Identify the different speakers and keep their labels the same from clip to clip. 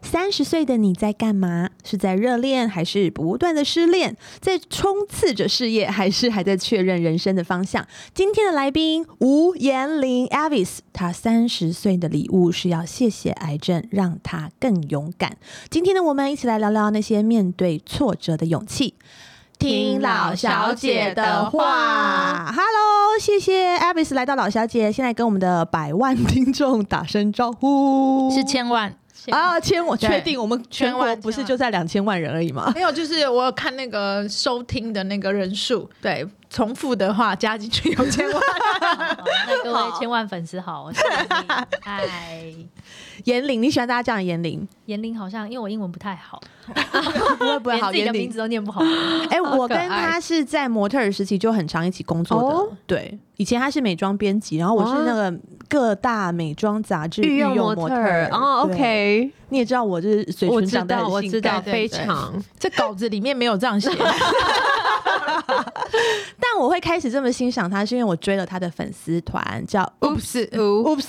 Speaker 1: 三十岁的你在干嘛？是在热恋，还是不断的失恋？在冲刺着事业，还是还在确认人生的方向？今天的来宾吴延玲 Avis，她三十岁的礼物是要谢谢癌症，让她更勇敢。今天呢，我们一起来聊聊那些面对挫折的勇气。
Speaker 2: 听老小姐的话
Speaker 1: ，Hello，谢谢 Avis 来到老小姐，先来跟我们的百万听众打声招呼，
Speaker 2: 是千万
Speaker 1: 啊，千我
Speaker 2: 对
Speaker 1: 确定，我们全
Speaker 2: 千
Speaker 1: 国
Speaker 2: 万
Speaker 1: 不是
Speaker 2: 千万
Speaker 1: 就在两千万人而已吗？
Speaker 3: 没有，就是我有看那个收听的那个人数，对，重复的话加进去有千万。
Speaker 2: 好那各位千万粉丝好，我是严玲。 嗨，
Speaker 1: 严玲，你喜欢大家这样的严玲？
Speaker 2: 严玲好像因为我英文不太好，
Speaker 1: 不会不会
Speaker 2: 连
Speaker 1: 好，
Speaker 2: 自己的
Speaker 1: 严
Speaker 2: 名
Speaker 1: 玲
Speaker 2: 字。都念 不好。
Speaker 1: 哎，我跟
Speaker 3: 可爱
Speaker 1: 他是在模特儿时期就很常一起工作的，
Speaker 4: 哦啊
Speaker 1: 对。以前他是美妆编辑，然后我是那个各大美妆杂志
Speaker 4: 御
Speaker 1: 御
Speaker 4: 用模
Speaker 1: 模
Speaker 4: 特
Speaker 1: 特
Speaker 4: 儿
Speaker 1: 儿。
Speaker 4: 哦
Speaker 1: 对
Speaker 4: ，OK，
Speaker 1: 你也知道我就是嘴
Speaker 4: 我
Speaker 1: 唇
Speaker 4: 知
Speaker 1: 长得
Speaker 4: 道，
Speaker 1: 很
Speaker 4: 我
Speaker 1: 性
Speaker 4: 知
Speaker 1: 感
Speaker 4: 道，
Speaker 3: 对
Speaker 4: 非
Speaker 3: 对
Speaker 4: 常
Speaker 3: 这稿子里面没有这样写，
Speaker 1: 但我会开始这么欣赏他，是因为我追了他的粉丝团，叫
Speaker 4: Oops Oops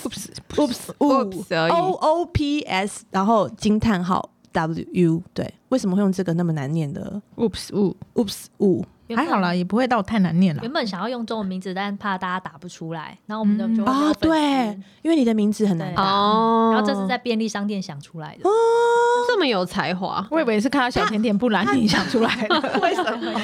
Speaker 1: Oops 哦
Speaker 4: Oops 而已
Speaker 1: O O P S，然后惊叹号 W U。对，为什么会用这个那么难念的
Speaker 3: oops oo，
Speaker 1: Oops
Speaker 4: 哦
Speaker 1: U？
Speaker 2: 原
Speaker 3: 还
Speaker 2: 本
Speaker 3: 好啦，。也不会到太难念了
Speaker 2: 原。本想要用中文名字，但怕大家打不出来，然后我们的就会
Speaker 1: 啊、
Speaker 2: 没有
Speaker 1: 哦，
Speaker 2: 粉丝
Speaker 1: 对，嗯因为你的名字很难
Speaker 2: 对
Speaker 1: 打。
Speaker 4: 嗯哦
Speaker 2: 然后这是在便利商店想出来
Speaker 1: 哦
Speaker 2: 的，
Speaker 4: 这么有才华，
Speaker 3: 我以为是看到小甜甜布兰妮想出 来的，为什么？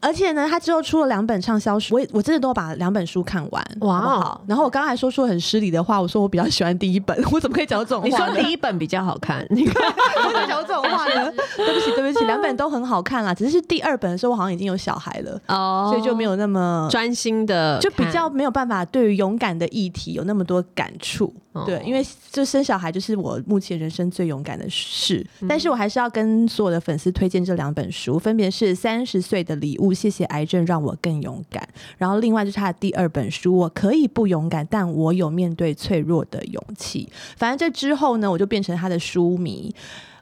Speaker 1: 而且呢，他之后出了两本畅销书，我也我真的都把两本书看完，
Speaker 4: 哇
Speaker 1: 哇
Speaker 4: 哦
Speaker 1: 好不好然后我刚才说出很失礼的话，我说我比较喜欢第一本， 我怎么可以讲这种
Speaker 4: 你
Speaker 1: 话
Speaker 4: 说
Speaker 1: 呢？
Speaker 4: 第一本比较好看，你看
Speaker 1: 怎么会讲这种话呢？ 对不起，对不起，两本都很好看啦，只是第二本的时候我好像已经有小孩了，
Speaker 4: 哦
Speaker 1: 所以就没有那么
Speaker 4: 专心的，
Speaker 1: 就比较没有办法对于勇敢的议题有那么多感触，
Speaker 4: 哦
Speaker 1: 对，因为就生小孩就是我目前人生最勇敢的事。但是我还是要跟所有的粉丝推荐这两本书，分别是《三十岁的礼物》，谢谢癌症让我更勇敢，然后另外就是他的第二本书，我可以不勇敢，但我有面对脆弱的勇气。反正这之后呢，我就变成他的书迷。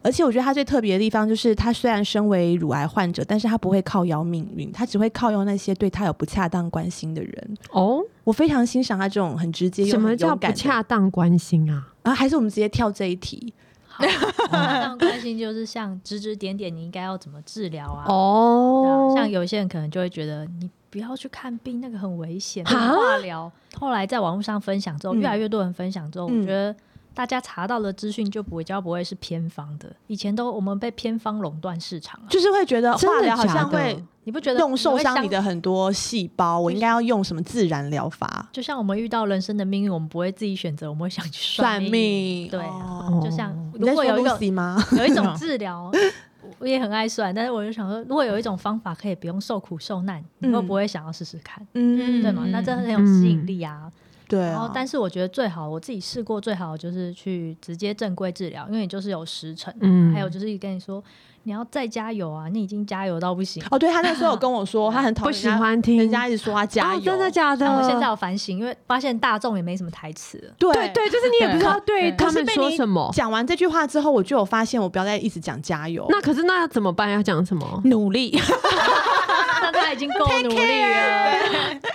Speaker 1: 而且我觉得他最特别的地方就是，他虽然身为乳癌患者，但是他不会靠邀命运，他只会靠邀那些对他有不恰当关心的人。
Speaker 4: 哦，
Speaker 1: 我非常欣赏他这种很直接又
Speaker 4: 什么
Speaker 1: 很
Speaker 4: 叫
Speaker 1: 勇
Speaker 4: 不
Speaker 1: 敢的
Speaker 4: 恰当关心啊？
Speaker 1: 啊？还是我们直接跳这一题？
Speaker 2: 好，那种关心就是像指指点点，你应该要怎么治疗啊？对啊
Speaker 4: 哦，
Speaker 2: 像有些人可能就会觉得你不要去看病，那个很危险，
Speaker 4: 啊
Speaker 2: 化疗。后来在网络上分享之后，
Speaker 1: 嗯
Speaker 2: 越来越多人分享之后，
Speaker 1: 嗯
Speaker 2: 我觉得大家查到的资讯就不会，就不会是偏方的。以前都我们被偏方垄断市场啊，
Speaker 1: 就是会觉得
Speaker 4: 真
Speaker 1: 化
Speaker 4: 的
Speaker 1: 疗好
Speaker 4: 假
Speaker 1: 像
Speaker 4: 的
Speaker 1: 会
Speaker 2: 你不觉得
Speaker 1: 弄受
Speaker 2: 会
Speaker 1: 伤
Speaker 2: 相
Speaker 1: 你的？很多细胞，我应该要用什么自然疗法？
Speaker 2: 就像我们遇到人生的命运，我们不会自己选择，我们会想去
Speaker 1: 算
Speaker 2: 命。
Speaker 1: 命
Speaker 2: 对啊，
Speaker 1: 哦
Speaker 2: 就像
Speaker 1: 你
Speaker 2: 如
Speaker 1: 在
Speaker 2: 果
Speaker 1: 说
Speaker 2: 有一个
Speaker 1: Lucy 吗？
Speaker 2: 有一 种治疗，我也很爱算，但是我就想说，如果有一种方法可以不用受苦受难，你会
Speaker 1: 嗯
Speaker 2: 不会想要试试看？
Speaker 1: 嗯，
Speaker 2: 对嘛？那这很有
Speaker 4: 嗯
Speaker 2: 吸引力啊。
Speaker 1: 对
Speaker 2: 然后
Speaker 1: 啊，，
Speaker 2: 但是我觉得最好，我自己试过最好的就是去直接正规治疗，因为你就是有时辰，
Speaker 4: 嗯
Speaker 2: 还有就是跟你说你要再加油啊，你已经加油到不 行。
Speaker 1: 哦，对他那时候有跟我说，他很讨厌
Speaker 4: 不喜
Speaker 1: 人家
Speaker 4: 欢听
Speaker 1: 人家一直说他加
Speaker 4: 啊
Speaker 1: 油，
Speaker 4: 真的假的？
Speaker 2: 然后我现在有反省，因为发现大众也没什么台词 了。
Speaker 1: 对
Speaker 4: 对。对，就是你也不知道
Speaker 3: 对
Speaker 4: 对他
Speaker 1: 可是
Speaker 4: 们
Speaker 1: 被
Speaker 4: 说
Speaker 1: 你
Speaker 4: 什么。
Speaker 1: 讲完这句话之后，我就有发现，我不要再一直讲加油，
Speaker 4: 那可是那要怎么办？要讲什么？
Speaker 1: 努力。
Speaker 2: 那他已经够努力了，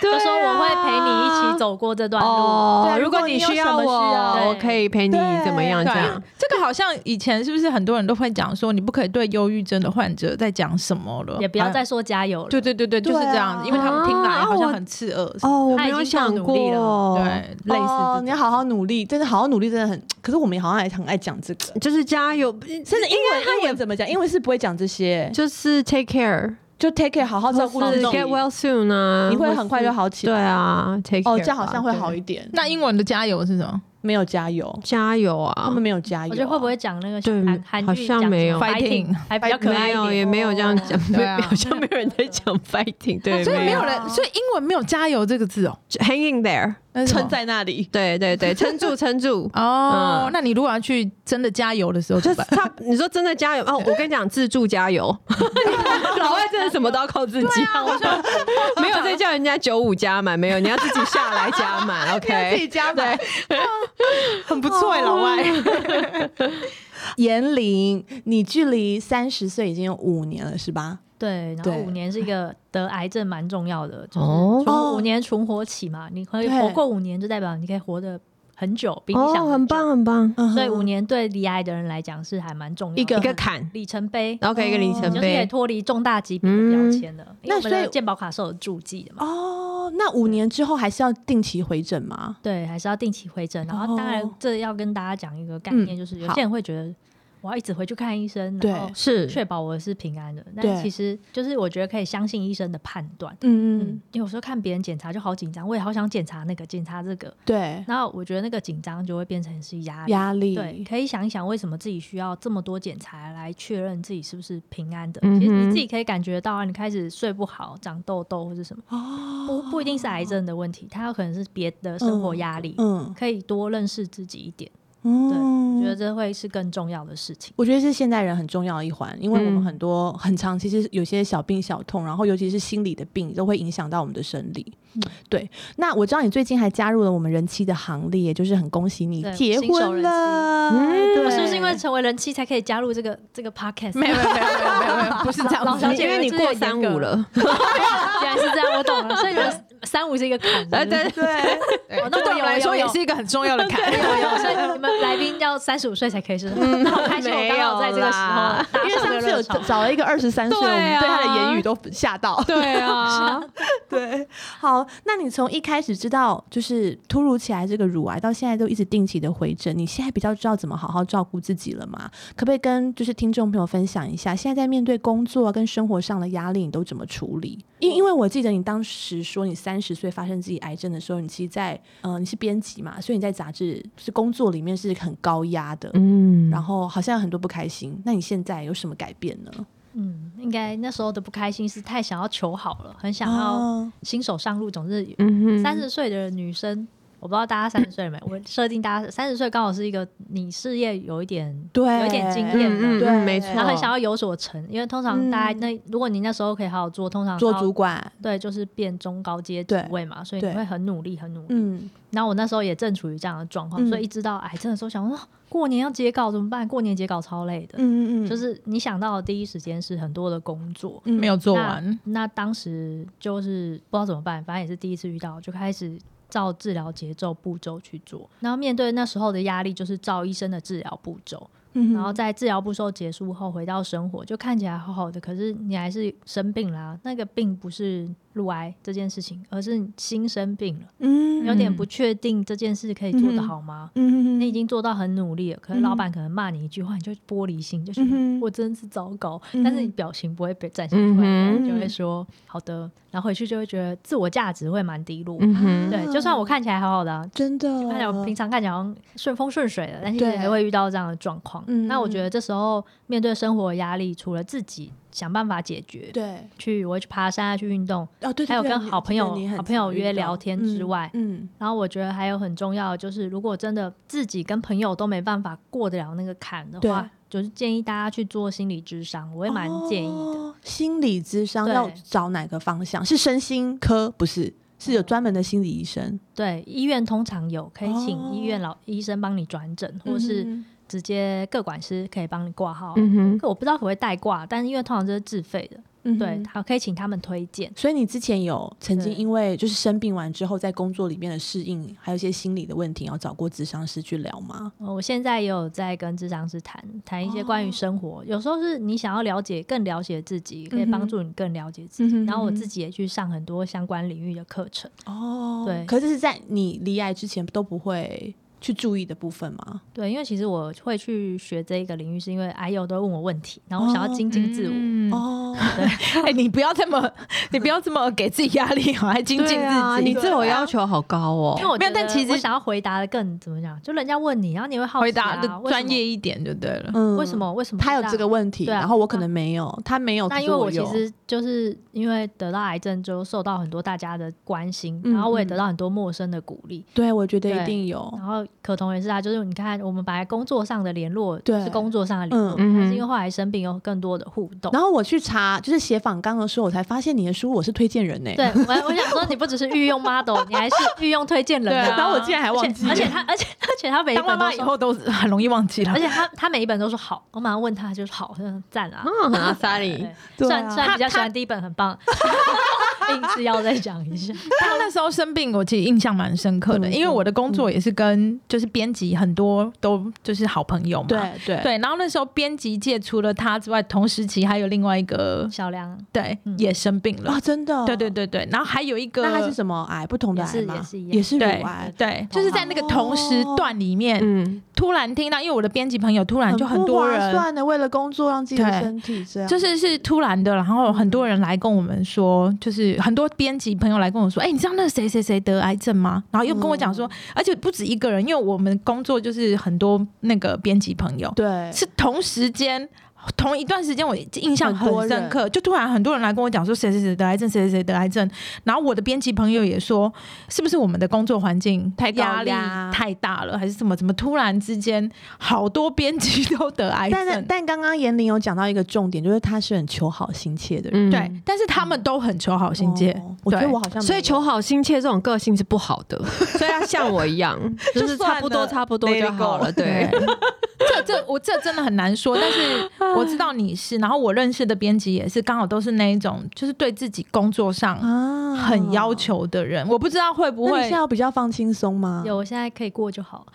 Speaker 4: 对
Speaker 2: 就
Speaker 4: 啊
Speaker 2: 说我会陪你一起走过这段路。
Speaker 4: 哦
Speaker 1: 对啊。
Speaker 4: 如
Speaker 1: 如果
Speaker 4: 果
Speaker 1: 你有
Speaker 4: 需
Speaker 1: 什
Speaker 4: 要
Speaker 1: 么需
Speaker 4: 我，
Speaker 2: 要
Speaker 4: 我可以陪你
Speaker 1: 对
Speaker 4: 怎么样？这
Speaker 3: 对
Speaker 4: 样
Speaker 3: 啊，这个好像以前是不是很多人都会讲说，你不可以对忧郁症的患者在讲什么了，
Speaker 2: 也不要
Speaker 3: 哎
Speaker 2: 再。说加油了。
Speaker 3: 对对对对，就是这
Speaker 1: 对啊
Speaker 3: 样子，因为他们听来好像很刺耳。
Speaker 4: 哦，我
Speaker 2: 他
Speaker 4: 没
Speaker 2: 已
Speaker 4: 有
Speaker 2: 经够
Speaker 4: 想
Speaker 2: 努
Speaker 4: 过
Speaker 2: 力了，
Speaker 3: 对，类似
Speaker 1: 哦
Speaker 3: 这
Speaker 1: 你要
Speaker 3: 种
Speaker 1: 好好努力，真的好好努力，真的很。可是我们好像也很爱讲这个，
Speaker 4: 就是加油，
Speaker 1: 真的英文
Speaker 4: 他
Speaker 1: 英文怎么讲？英文是不会讲这些，
Speaker 4: 就是 take care，
Speaker 1: 就 take care，好好哦照顾
Speaker 4: 或
Speaker 1: 自
Speaker 4: 是
Speaker 1: 己，
Speaker 4: get well soon 啊，
Speaker 1: 你会
Speaker 4: 或
Speaker 1: 很快就好
Speaker 4: 是
Speaker 1: 起
Speaker 4: 对
Speaker 1: 来。
Speaker 4: 啊，take care
Speaker 1: 哦，这样好像会
Speaker 4: 吧
Speaker 1: 好
Speaker 4: 对
Speaker 1: 一点。
Speaker 3: 那英文的加油是什么？
Speaker 1: 没有加油，
Speaker 4: 加油
Speaker 1: 他
Speaker 4: 啊
Speaker 1: 们！没有加油啊。
Speaker 2: 我觉得会不会讲那个
Speaker 4: 对
Speaker 2: 韩韩
Speaker 4: 好
Speaker 2: 剧
Speaker 4: 像
Speaker 2: 讲
Speaker 4: 没
Speaker 2: 什
Speaker 4: 有
Speaker 2: 么 fighting，还比较可爱
Speaker 4: 没
Speaker 2: 一点
Speaker 4: 有，也没有这样讲，
Speaker 1: 哦
Speaker 3: 对啊
Speaker 4: 好像没有人在讲 fighting，对，
Speaker 3: 所以没有
Speaker 4: 有
Speaker 3: 人，所以英文没有加油这个字哦。
Speaker 4: hanging there，
Speaker 3: 那是什么，
Speaker 1: 啊撑在那里？
Speaker 4: 对对对，撑住撑住
Speaker 3: 哦，
Speaker 4: 嗯
Speaker 3: 那你如果要去真的加油的时候怎
Speaker 4: 就
Speaker 3: 么
Speaker 4: 是
Speaker 3: 办？
Speaker 4: 他，你说真的加油哦！我跟你讲，自助加油， 老外真的什么都要靠自己，哦没有再叫人家九五加满，没有，你要自己下来加满，OK？
Speaker 1: 加对，
Speaker 3: 很不错哎，老外。
Speaker 4: 哦
Speaker 1: 严玲，你距离三十岁已经有五年了，是吧？
Speaker 2: 对，然后
Speaker 1: 对
Speaker 2: 五年是 一个得癌症蛮重要的，就是
Speaker 4: 哦
Speaker 2: 存活五年存活期嘛，你可以活过五年，就代表你可以活得很久，比你想、
Speaker 4: 哦，很棒。很棒，
Speaker 1: 嗯哼
Speaker 2: 所以五年对离癌的人来讲是还蛮重要的
Speaker 1: 一个
Speaker 4: 一个坎
Speaker 2: 里程碑，
Speaker 4: ，OK，一个里
Speaker 2: 哦就是
Speaker 4: 程
Speaker 2: 可以
Speaker 4: 碑。
Speaker 2: 脱离重大疾病的标签的。
Speaker 1: 嗯
Speaker 2: 因为
Speaker 1: 那
Speaker 2: 我们的
Speaker 1: 所以
Speaker 2: 健保卡是有注记的嘛。
Speaker 1: 哦，那五年之后还是要定期回诊吗？
Speaker 2: 对，还是要定期回诊。然
Speaker 1: 哦
Speaker 2: 后，当然这要跟大家讲一个概
Speaker 1: 嗯
Speaker 2: 念，就是有
Speaker 1: 好
Speaker 2: 些人会觉得我要一直回去看医生，
Speaker 1: 对
Speaker 2: 然后
Speaker 4: 是
Speaker 2: 确保我是平安的。
Speaker 1: 对
Speaker 2: 但其实就是我觉得可以相信医生的判断。
Speaker 1: 嗯
Speaker 2: 嗯，，有时候看别人检查就好紧张，我也好想检查那个，检查这个。
Speaker 1: 对，
Speaker 2: 然后我觉得那个紧张就会变成是压力。
Speaker 1: 压力
Speaker 2: 对，可以想一想为什么自己需要这么多检查来确认自己是不是平安的。
Speaker 4: 嗯哼
Speaker 2: 其实你自己可以感觉到啊，你开始睡不好、长痘痘或是什么，不
Speaker 1: 哦，
Speaker 2: 不一定是癌症的问题，它有可能是别的生活压力。
Speaker 1: 嗯
Speaker 2: 可以多认识自己一点，
Speaker 1: 嗯
Speaker 2: 我觉得这会是更重要的事情。
Speaker 1: 我觉得是现代人很重要的一环，因为我们
Speaker 4: 嗯
Speaker 1: 很多、很长，其实有些小病小痛，然后尤其是心理的病，都会影响到我们的生理。
Speaker 2: 嗯
Speaker 1: 对，那我知道你最近还加入了我们人妻的行列，就是很恭喜你
Speaker 2: 对
Speaker 1: 结
Speaker 2: 新手
Speaker 1: 婚
Speaker 2: 人妻
Speaker 1: 了。
Speaker 4: 嗯
Speaker 1: 对
Speaker 2: 我是不是因为成为人妻才可以加入这个这个 podcast？
Speaker 3: 没有没有没有没有没有没有，不是这样
Speaker 2: 老
Speaker 3: 子
Speaker 2: 小
Speaker 4: 因
Speaker 2: 姐
Speaker 4: 为你过三五 了，
Speaker 2: 原来是这样，我懂了。所以你们三五是一个坎，
Speaker 4: 哎
Speaker 2: 对
Speaker 4: 对，
Speaker 1: 对，
Speaker 3: 对
Speaker 2: 哦那
Speaker 3: 这对
Speaker 2: 我
Speaker 3: 我
Speaker 2: 有
Speaker 3: 来说
Speaker 2: 有
Speaker 3: 也是一 个很重要的坎。
Speaker 2: 有，所以你们来宾要三十五岁才可以是不是，
Speaker 1: 嗯
Speaker 2: 那好开心，我刚好在这个时候搭
Speaker 1: 啊因为
Speaker 2: 上
Speaker 1: 上
Speaker 2: 这个
Speaker 1: 次有
Speaker 2: 热潮，
Speaker 1: 找了一个二十三岁，我
Speaker 4: 对啊
Speaker 1: 们对他的言语都吓到。
Speaker 4: 对啊，
Speaker 1: 对，好，那你从一开始知道就是突如其来这个乳癌，到现在都一直定期的回诊，你现在比较知道怎么好好照顾自己了吗？可不可以跟就是听众朋友分享一下，现在在面对工作啊跟生活上的压力，你都怎么处理？因因为我记得你当时说你三十岁发现自己癌症的时候，你其实在呃你是编辑嘛，所以你在杂志是工作里面是很高压的，
Speaker 4: 嗯，
Speaker 1: 然后好像很多不开心。那你现在有什么改变呢？
Speaker 2: 嗯，应该那时候的不开心是太想要求好了，很想要
Speaker 1: 哦
Speaker 2: 新手上路，总是
Speaker 4: 嗯哼
Speaker 2: 三十岁的女生，我不知道大家三十岁 了没？我设定大家三十岁刚好是一个你事业有一点
Speaker 1: 对
Speaker 2: 有一点经验
Speaker 4: 嗯嗯
Speaker 2: 了，
Speaker 1: 对嗯
Speaker 4: 嗯，没错，
Speaker 2: 然后很想要有所成，因为通常大家那如果你那时候可以好好做，通常
Speaker 1: 做
Speaker 2: 到
Speaker 1: 主管，
Speaker 2: 对就是变中高阶职
Speaker 1: 对
Speaker 2: 位嘛，所以你
Speaker 1: 对
Speaker 2: 会很努力很努力。
Speaker 1: 嗯。
Speaker 2: 然后我那时候也正处于这样的状况，
Speaker 1: 嗯
Speaker 2: 所以一知道癌症的时候，想说、啊过年要截稿怎么办？过年截稿超累的，
Speaker 1: 嗯嗯嗯，
Speaker 2: 就是你想到的第一时间是很多的工作，
Speaker 1: 嗯
Speaker 3: 没有做完，
Speaker 2: 那当时就是不知道怎么办，反正也是第一次遇到，就开始照治疗节奏步骤去做。然后面对那时候的压力，就是照医生的治疗步骤，
Speaker 1: 嗯
Speaker 2: 然后在治疗步骤结束后回到生活，就看起来好好的，可是你还是生病啦。那个病不是乳癌这件事情，而是你心生病了，
Speaker 1: 嗯
Speaker 2: 有点不确定这件事可以做得好吗？
Speaker 1: 嗯
Speaker 2: 你已经做到很努力了，可是
Speaker 1: 嗯
Speaker 2: 老板可能骂你一句话，你就玻璃心，就觉得
Speaker 1: 嗯哼
Speaker 2: 我真是糟糕。
Speaker 1: 嗯哼
Speaker 2: 但是你表情不会被展现出来，
Speaker 4: 嗯
Speaker 1: 哼
Speaker 2: 你就会说好的，然后回去就会觉得自我价值会蛮低落。
Speaker 4: 嗯哼，
Speaker 2: 对，就算我看起来好好的啊、
Speaker 1: 真的，
Speaker 2: 看起来我平常看起来好像顺风顺水的，但是
Speaker 1: 嗯对
Speaker 2: 还会遇到这样的状况。
Speaker 1: 嗯
Speaker 2: 那我觉得这时候面对生活压力，除了自己想办法解决，
Speaker 1: 对
Speaker 2: 去我会去爬山啊，去运动，
Speaker 1: 哦对，对
Speaker 2: 还有
Speaker 1: 对
Speaker 2: 跟
Speaker 1: 你
Speaker 2: 好朋友
Speaker 1: 对你很
Speaker 2: 好朋友
Speaker 1: 常遇到
Speaker 2: 约聊天之
Speaker 1: 嗯
Speaker 2: 外
Speaker 1: 嗯
Speaker 2: 然后我觉得还有很重要的就是，如果真的自己跟朋友都没办法过得了那个坎的
Speaker 1: 对
Speaker 2: 话，就是建议大家去做心理智商，我也蛮建议的。
Speaker 1: 哦心理咨商
Speaker 2: 对
Speaker 1: 要找哪个方向？是身心科不是？是有专门的心理医生，
Speaker 2: 对，医院通常有可以
Speaker 1: 哦
Speaker 2: 请医院老、医生帮你转诊，或是
Speaker 1: 嗯
Speaker 2: 直接个管师可以帮你挂号。
Speaker 4: 嗯哼，
Speaker 2: 我不知道可不可以代挂，但是因为通常这是自费的，
Speaker 1: 嗯
Speaker 2: 对，
Speaker 1: 嗯
Speaker 2: 好可以请他们推荐。
Speaker 1: 所以你之前有曾经
Speaker 2: 对
Speaker 1: 因为就是生病完之后，在工作里面的适应，还有一些心理的问题，然后找过咨商师去聊吗？
Speaker 2: 呃我现在也有在跟智商师谈谈一些关
Speaker 1: 哦
Speaker 2: 于生活，有时候是你想要了解更了解自己，可以
Speaker 1: 嗯哼
Speaker 2: 帮助你更了解自己。
Speaker 1: 嗯哼
Speaker 2: 然后我自
Speaker 1: 己
Speaker 2: 己也去上很多相关领域的课程。
Speaker 1: 哦，
Speaker 2: 对
Speaker 1: 可是是在你离癌之前都不会去注意的部分吗？
Speaker 2: 对，因为其实我会去学这一个领域，是因为癌友都会问我问题，然后我想要
Speaker 1: 哦
Speaker 2: 精进自我。
Speaker 3: 嗯
Speaker 1: 哦，
Speaker 3: 哎，你不要这么，你不要这么给自己压力，好，还精进
Speaker 4: 对啊，
Speaker 3: 自己。
Speaker 4: 你自我要求好高
Speaker 2: 因为
Speaker 4: 哦，
Speaker 2: 我
Speaker 3: 没
Speaker 2: 觉
Speaker 3: 有
Speaker 2: 得
Speaker 3: 但其实
Speaker 2: 我想要回答的更怎么讲，就人家问你，然后你会好
Speaker 3: 回
Speaker 2: 奇啊
Speaker 3: 答的
Speaker 2: 为什
Speaker 3: 专
Speaker 2: 么
Speaker 3: 业一点就对了。
Speaker 1: 嗯
Speaker 2: 为什？么为什么
Speaker 1: 他有
Speaker 2: 会
Speaker 1: 这个
Speaker 2: 样
Speaker 1: 问题，
Speaker 2: 对啊
Speaker 1: 然后我可能没有，他没有，
Speaker 2: 那因
Speaker 1: 可
Speaker 2: 为
Speaker 1: 是
Speaker 2: 我
Speaker 1: 我
Speaker 2: 其
Speaker 1: 有
Speaker 2: 实就是因为得到癌症之后，受到很多大家的关心，
Speaker 1: 嗯
Speaker 2: 然后我也
Speaker 1: 嗯
Speaker 2: 得到很多陌生的鼓励。
Speaker 1: 对，我觉得一
Speaker 2: 对哦
Speaker 1: 定有，
Speaker 2: 然后可彤也是啊，就是你看我们本来工作上的联络，
Speaker 1: 对
Speaker 2: 是工作上的联络，
Speaker 4: 嗯嗯
Speaker 2: 但是因为后来生病有更多的互动。
Speaker 1: 然后我去查，就是写访纲的时候，我才发现你的书我是推荐人呢、
Speaker 2: 对，我我想说，你不只是御用 model，你还是御用推荐人
Speaker 3: 对
Speaker 2: 啊。
Speaker 3: 啊
Speaker 1: 然后我竟然还
Speaker 2: 而
Speaker 1: 忘记
Speaker 2: 且
Speaker 1: 了，
Speaker 2: 而
Speaker 3: 哎
Speaker 2: 且他，而且而且他每一
Speaker 3: 当妈
Speaker 2: 本都
Speaker 3: 妈以
Speaker 2: 说，
Speaker 3: 后都很容易忘记了
Speaker 2: 而。且他他每一本都说好，我马上问他就是好，嗯赞啊。
Speaker 4: 嗯，阿萨
Speaker 2: 对
Speaker 4: 里，
Speaker 1: 对
Speaker 2: 虽然
Speaker 1: 啊
Speaker 2: 虽然比较
Speaker 3: 他
Speaker 2: 喜欢第一本，很棒。 硬是要再讲一下。
Speaker 3: 他那时候生病，我其实印象蛮深刻的，
Speaker 2: 嗯
Speaker 3: 因为我的工作也是跟就是编辑很多都就是好朋友嘛。
Speaker 2: 啊
Speaker 1: 对对
Speaker 3: 对，然后那时候编辑界除了他之外，同时期还有另外一个
Speaker 2: 小梁
Speaker 3: 对、
Speaker 2: 嗯
Speaker 3: 也生病了。
Speaker 1: 啊，真的，
Speaker 3: 对对。对对，然后还有一个
Speaker 1: 那它是什哦么癌？不同的
Speaker 2: 也是
Speaker 1: 癌吗？
Speaker 2: 也是一样
Speaker 1: 也是乳
Speaker 3: 对
Speaker 1: 癌。
Speaker 3: 对，就是在那个同时段里面，
Speaker 4: 嗯，
Speaker 3: 突然听到，因为我的编辑朋友突然就很
Speaker 1: 不
Speaker 3: 多
Speaker 1: 划
Speaker 3: 人，
Speaker 1: 算的，为了工作让自己的
Speaker 3: 对
Speaker 1: 身体这样，
Speaker 3: 就是是突然的，然后很多人来跟我们说，就是很多编辑朋友来跟我说，哎、你知道那个谁谁谁得癌症吗？然后又跟我讲说，
Speaker 1: 嗯
Speaker 3: 而且不止一个人，因为我们工作就是很多那个编辑朋友
Speaker 1: 对，
Speaker 3: 是同时间。同一段时间，我印象
Speaker 1: 很多
Speaker 3: 很
Speaker 1: 人
Speaker 3: 深刻，就突然很多人来跟我讲说谁谁谁得癌症，谁谁谁得癌症。然后我的编辑朋友也说，是不是我们的工作环境太
Speaker 1: 高
Speaker 3: 压力
Speaker 1: 压
Speaker 3: 太大了，还是什么？怎么突然之间好多编辑都得癌症？
Speaker 1: 但是但刚刚严玲有讲到一个重点，就是他是很求好心切的人，
Speaker 4: 嗯
Speaker 3: 对，但是他们都很求好心切，
Speaker 1: 哦我觉得
Speaker 3: 对
Speaker 1: 我好像没有，
Speaker 4: 所以求好心切这种个性是不好的，所以要像我一样，就是
Speaker 3: 算了
Speaker 4: 差不多差不多
Speaker 3: let it
Speaker 4: 就好 了。对，
Speaker 3: 这这我这真的很难说，但是我知道你是，然后我认识的编辑也是，刚好都是那一种，就是对自己工作上
Speaker 1: 啊
Speaker 3: 很要。求的人。我不知道会不
Speaker 1: 那你
Speaker 3: 会
Speaker 1: 现在有比较放轻松吗？
Speaker 2: 有，我现在可以过就好了。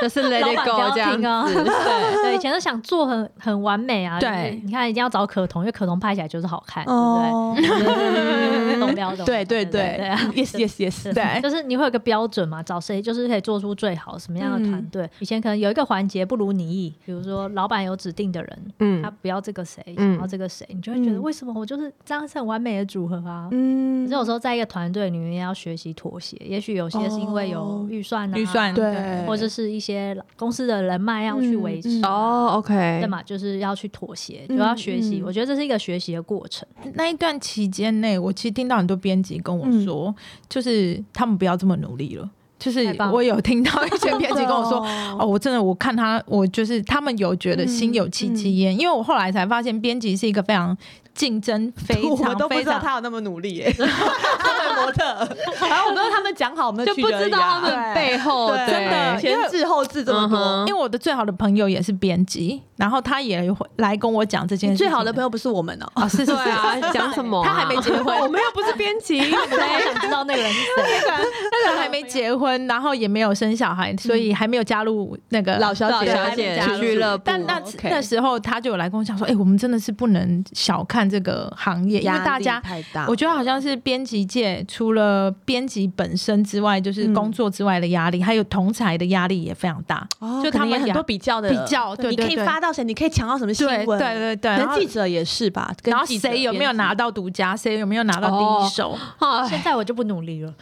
Speaker 4: 就是 let
Speaker 2: 老
Speaker 4: it
Speaker 2: 板
Speaker 4: go
Speaker 2: 不
Speaker 4: 这
Speaker 2: 要
Speaker 4: 样
Speaker 2: 听哦
Speaker 4: 子。 对，
Speaker 2: 对，以前都想做很很完美啊。
Speaker 3: 对
Speaker 2: 就是你看一定要找可彤，因为可彤拍起来就是好看，
Speaker 1: 哦，
Speaker 2: 对不对？懂了
Speaker 1: 嗯
Speaker 2: 懂。
Speaker 1: 对哎对
Speaker 2: 对
Speaker 1: 对
Speaker 2: 啊。
Speaker 1: ，yes yes yes，
Speaker 3: 对
Speaker 2: 就是你会有个标准嘛，找谁就是可以做出最好什么样的团
Speaker 1: 嗯
Speaker 2: 队。以前可能有一个环节不如你意，比如说老板有指定的人，他
Speaker 4: 嗯，
Speaker 2: 不要这个谁，
Speaker 4: 嗯
Speaker 2: 想要这个谁，你就会觉得
Speaker 1: 嗯
Speaker 2: 为什么我就是这样是很完美的组合啊？
Speaker 1: 嗯
Speaker 2: 可是有时候在一个团队里面要学习妥协，也许有些是因为有
Speaker 1: 哦
Speaker 2: 预算啊，
Speaker 3: 预算
Speaker 1: 对，
Speaker 2: 或者是一些公司的人脉要去维持
Speaker 1: 嗯
Speaker 2: 啊
Speaker 1: 嗯。
Speaker 4: 哦
Speaker 2: 对
Speaker 4: ，OK，
Speaker 2: 嘛，就是要去妥协，就
Speaker 1: 嗯
Speaker 2: 要学习。
Speaker 1: 嗯
Speaker 2: 我觉得这是一个学习的过 程。
Speaker 3: 那一段期间内，我其实听到很多编辑跟我
Speaker 1: 嗯
Speaker 3: 说，就是他们不要这么努力了。就是
Speaker 2: 太棒了
Speaker 3: 我有听到一 些编辑跟我说，哦，
Speaker 1: 哦，
Speaker 3: 我真的，我看他，我就是他们有觉得心有戚
Speaker 1: 嗯
Speaker 3: 戚焉，因为我后来才发现，编辑是一个非常竞 争非
Speaker 1: 我
Speaker 3: 常
Speaker 1: 都不
Speaker 3: 非
Speaker 1: 知道
Speaker 3: 常
Speaker 1: 他有那么努力欸耶，他们模特， 然后我不知道他们讲好，我们
Speaker 4: 就不知道他们背后
Speaker 1: 对
Speaker 4: 对
Speaker 3: 真的
Speaker 1: 前置后置这么
Speaker 4: 嗯
Speaker 1: 多
Speaker 4: 哼。
Speaker 3: 因为我的最好的朋友也是编辑，然后他也会来跟我讲这件
Speaker 1: 你
Speaker 3: 事情。
Speaker 1: 最好的朋友不是我们哦，
Speaker 3: 啊，是是
Speaker 4: 对
Speaker 3: 是，
Speaker 4: 啊，讲什么啊？
Speaker 3: 他还没结婚
Speaker 4: 我们又不是编辑，
Speaker 2: 我好想知道那个人是谁。
Speaker 3: 那个还没结婚，然后也没有生小孩，所以还没有加入那个
Speaker 1: 老小
Speaker 4: 老
Speaker 1: 姐
Speaker 4: 小姐俱乐部，
Speaker 3: 但那
Speaker 1: OK
Speaker 3: 那时候他就有来跟我讲说，哎、我们真的是不能小看这个行业，因为大家。
Speaker 1: 太大，
Speaker 3: 我觉得好像是编辑界除了编辑本身之外，就是
Speaker 1: 嗯
Speaker 3: 工作之外的压力，还有同才的压力也非常大。
Speaker 1: 哦
Speaker 3: 就
Speaker 1: 可
Speaker 3: 他
Speaker 1: 能
Speaker 3: 们
Speaker 1: 有很
Speaker 3: 也
Speaker 1: 多比较的
Speaker 3: 比较对
Speaker 1: 你
Speaker 3: 对
Speaker 1: 可以
Speaker 3: 对
Speaker 1: 发到谁，你可以抢到什么新
Speaker 3: 对
Speaker 1: 闻，
Speaker 3: 对对对，
Speaker 1: 可
Speaker 3: 然
Speaker 1: 能
Speaker 3: 后
Speaker 1: 记者也是吧，跟
Speaker 3: 然后
Speaker 1: 记者
Speaker 3: 谁有没有拿
Speaker 1: 编辑？
Speaker 3: 到独家，谁有没有拿到第
Speaker 4: 哦
Speaker 3: 一 手，
Speaker 4: 哎
Speaker 2: 现在我就不努力了，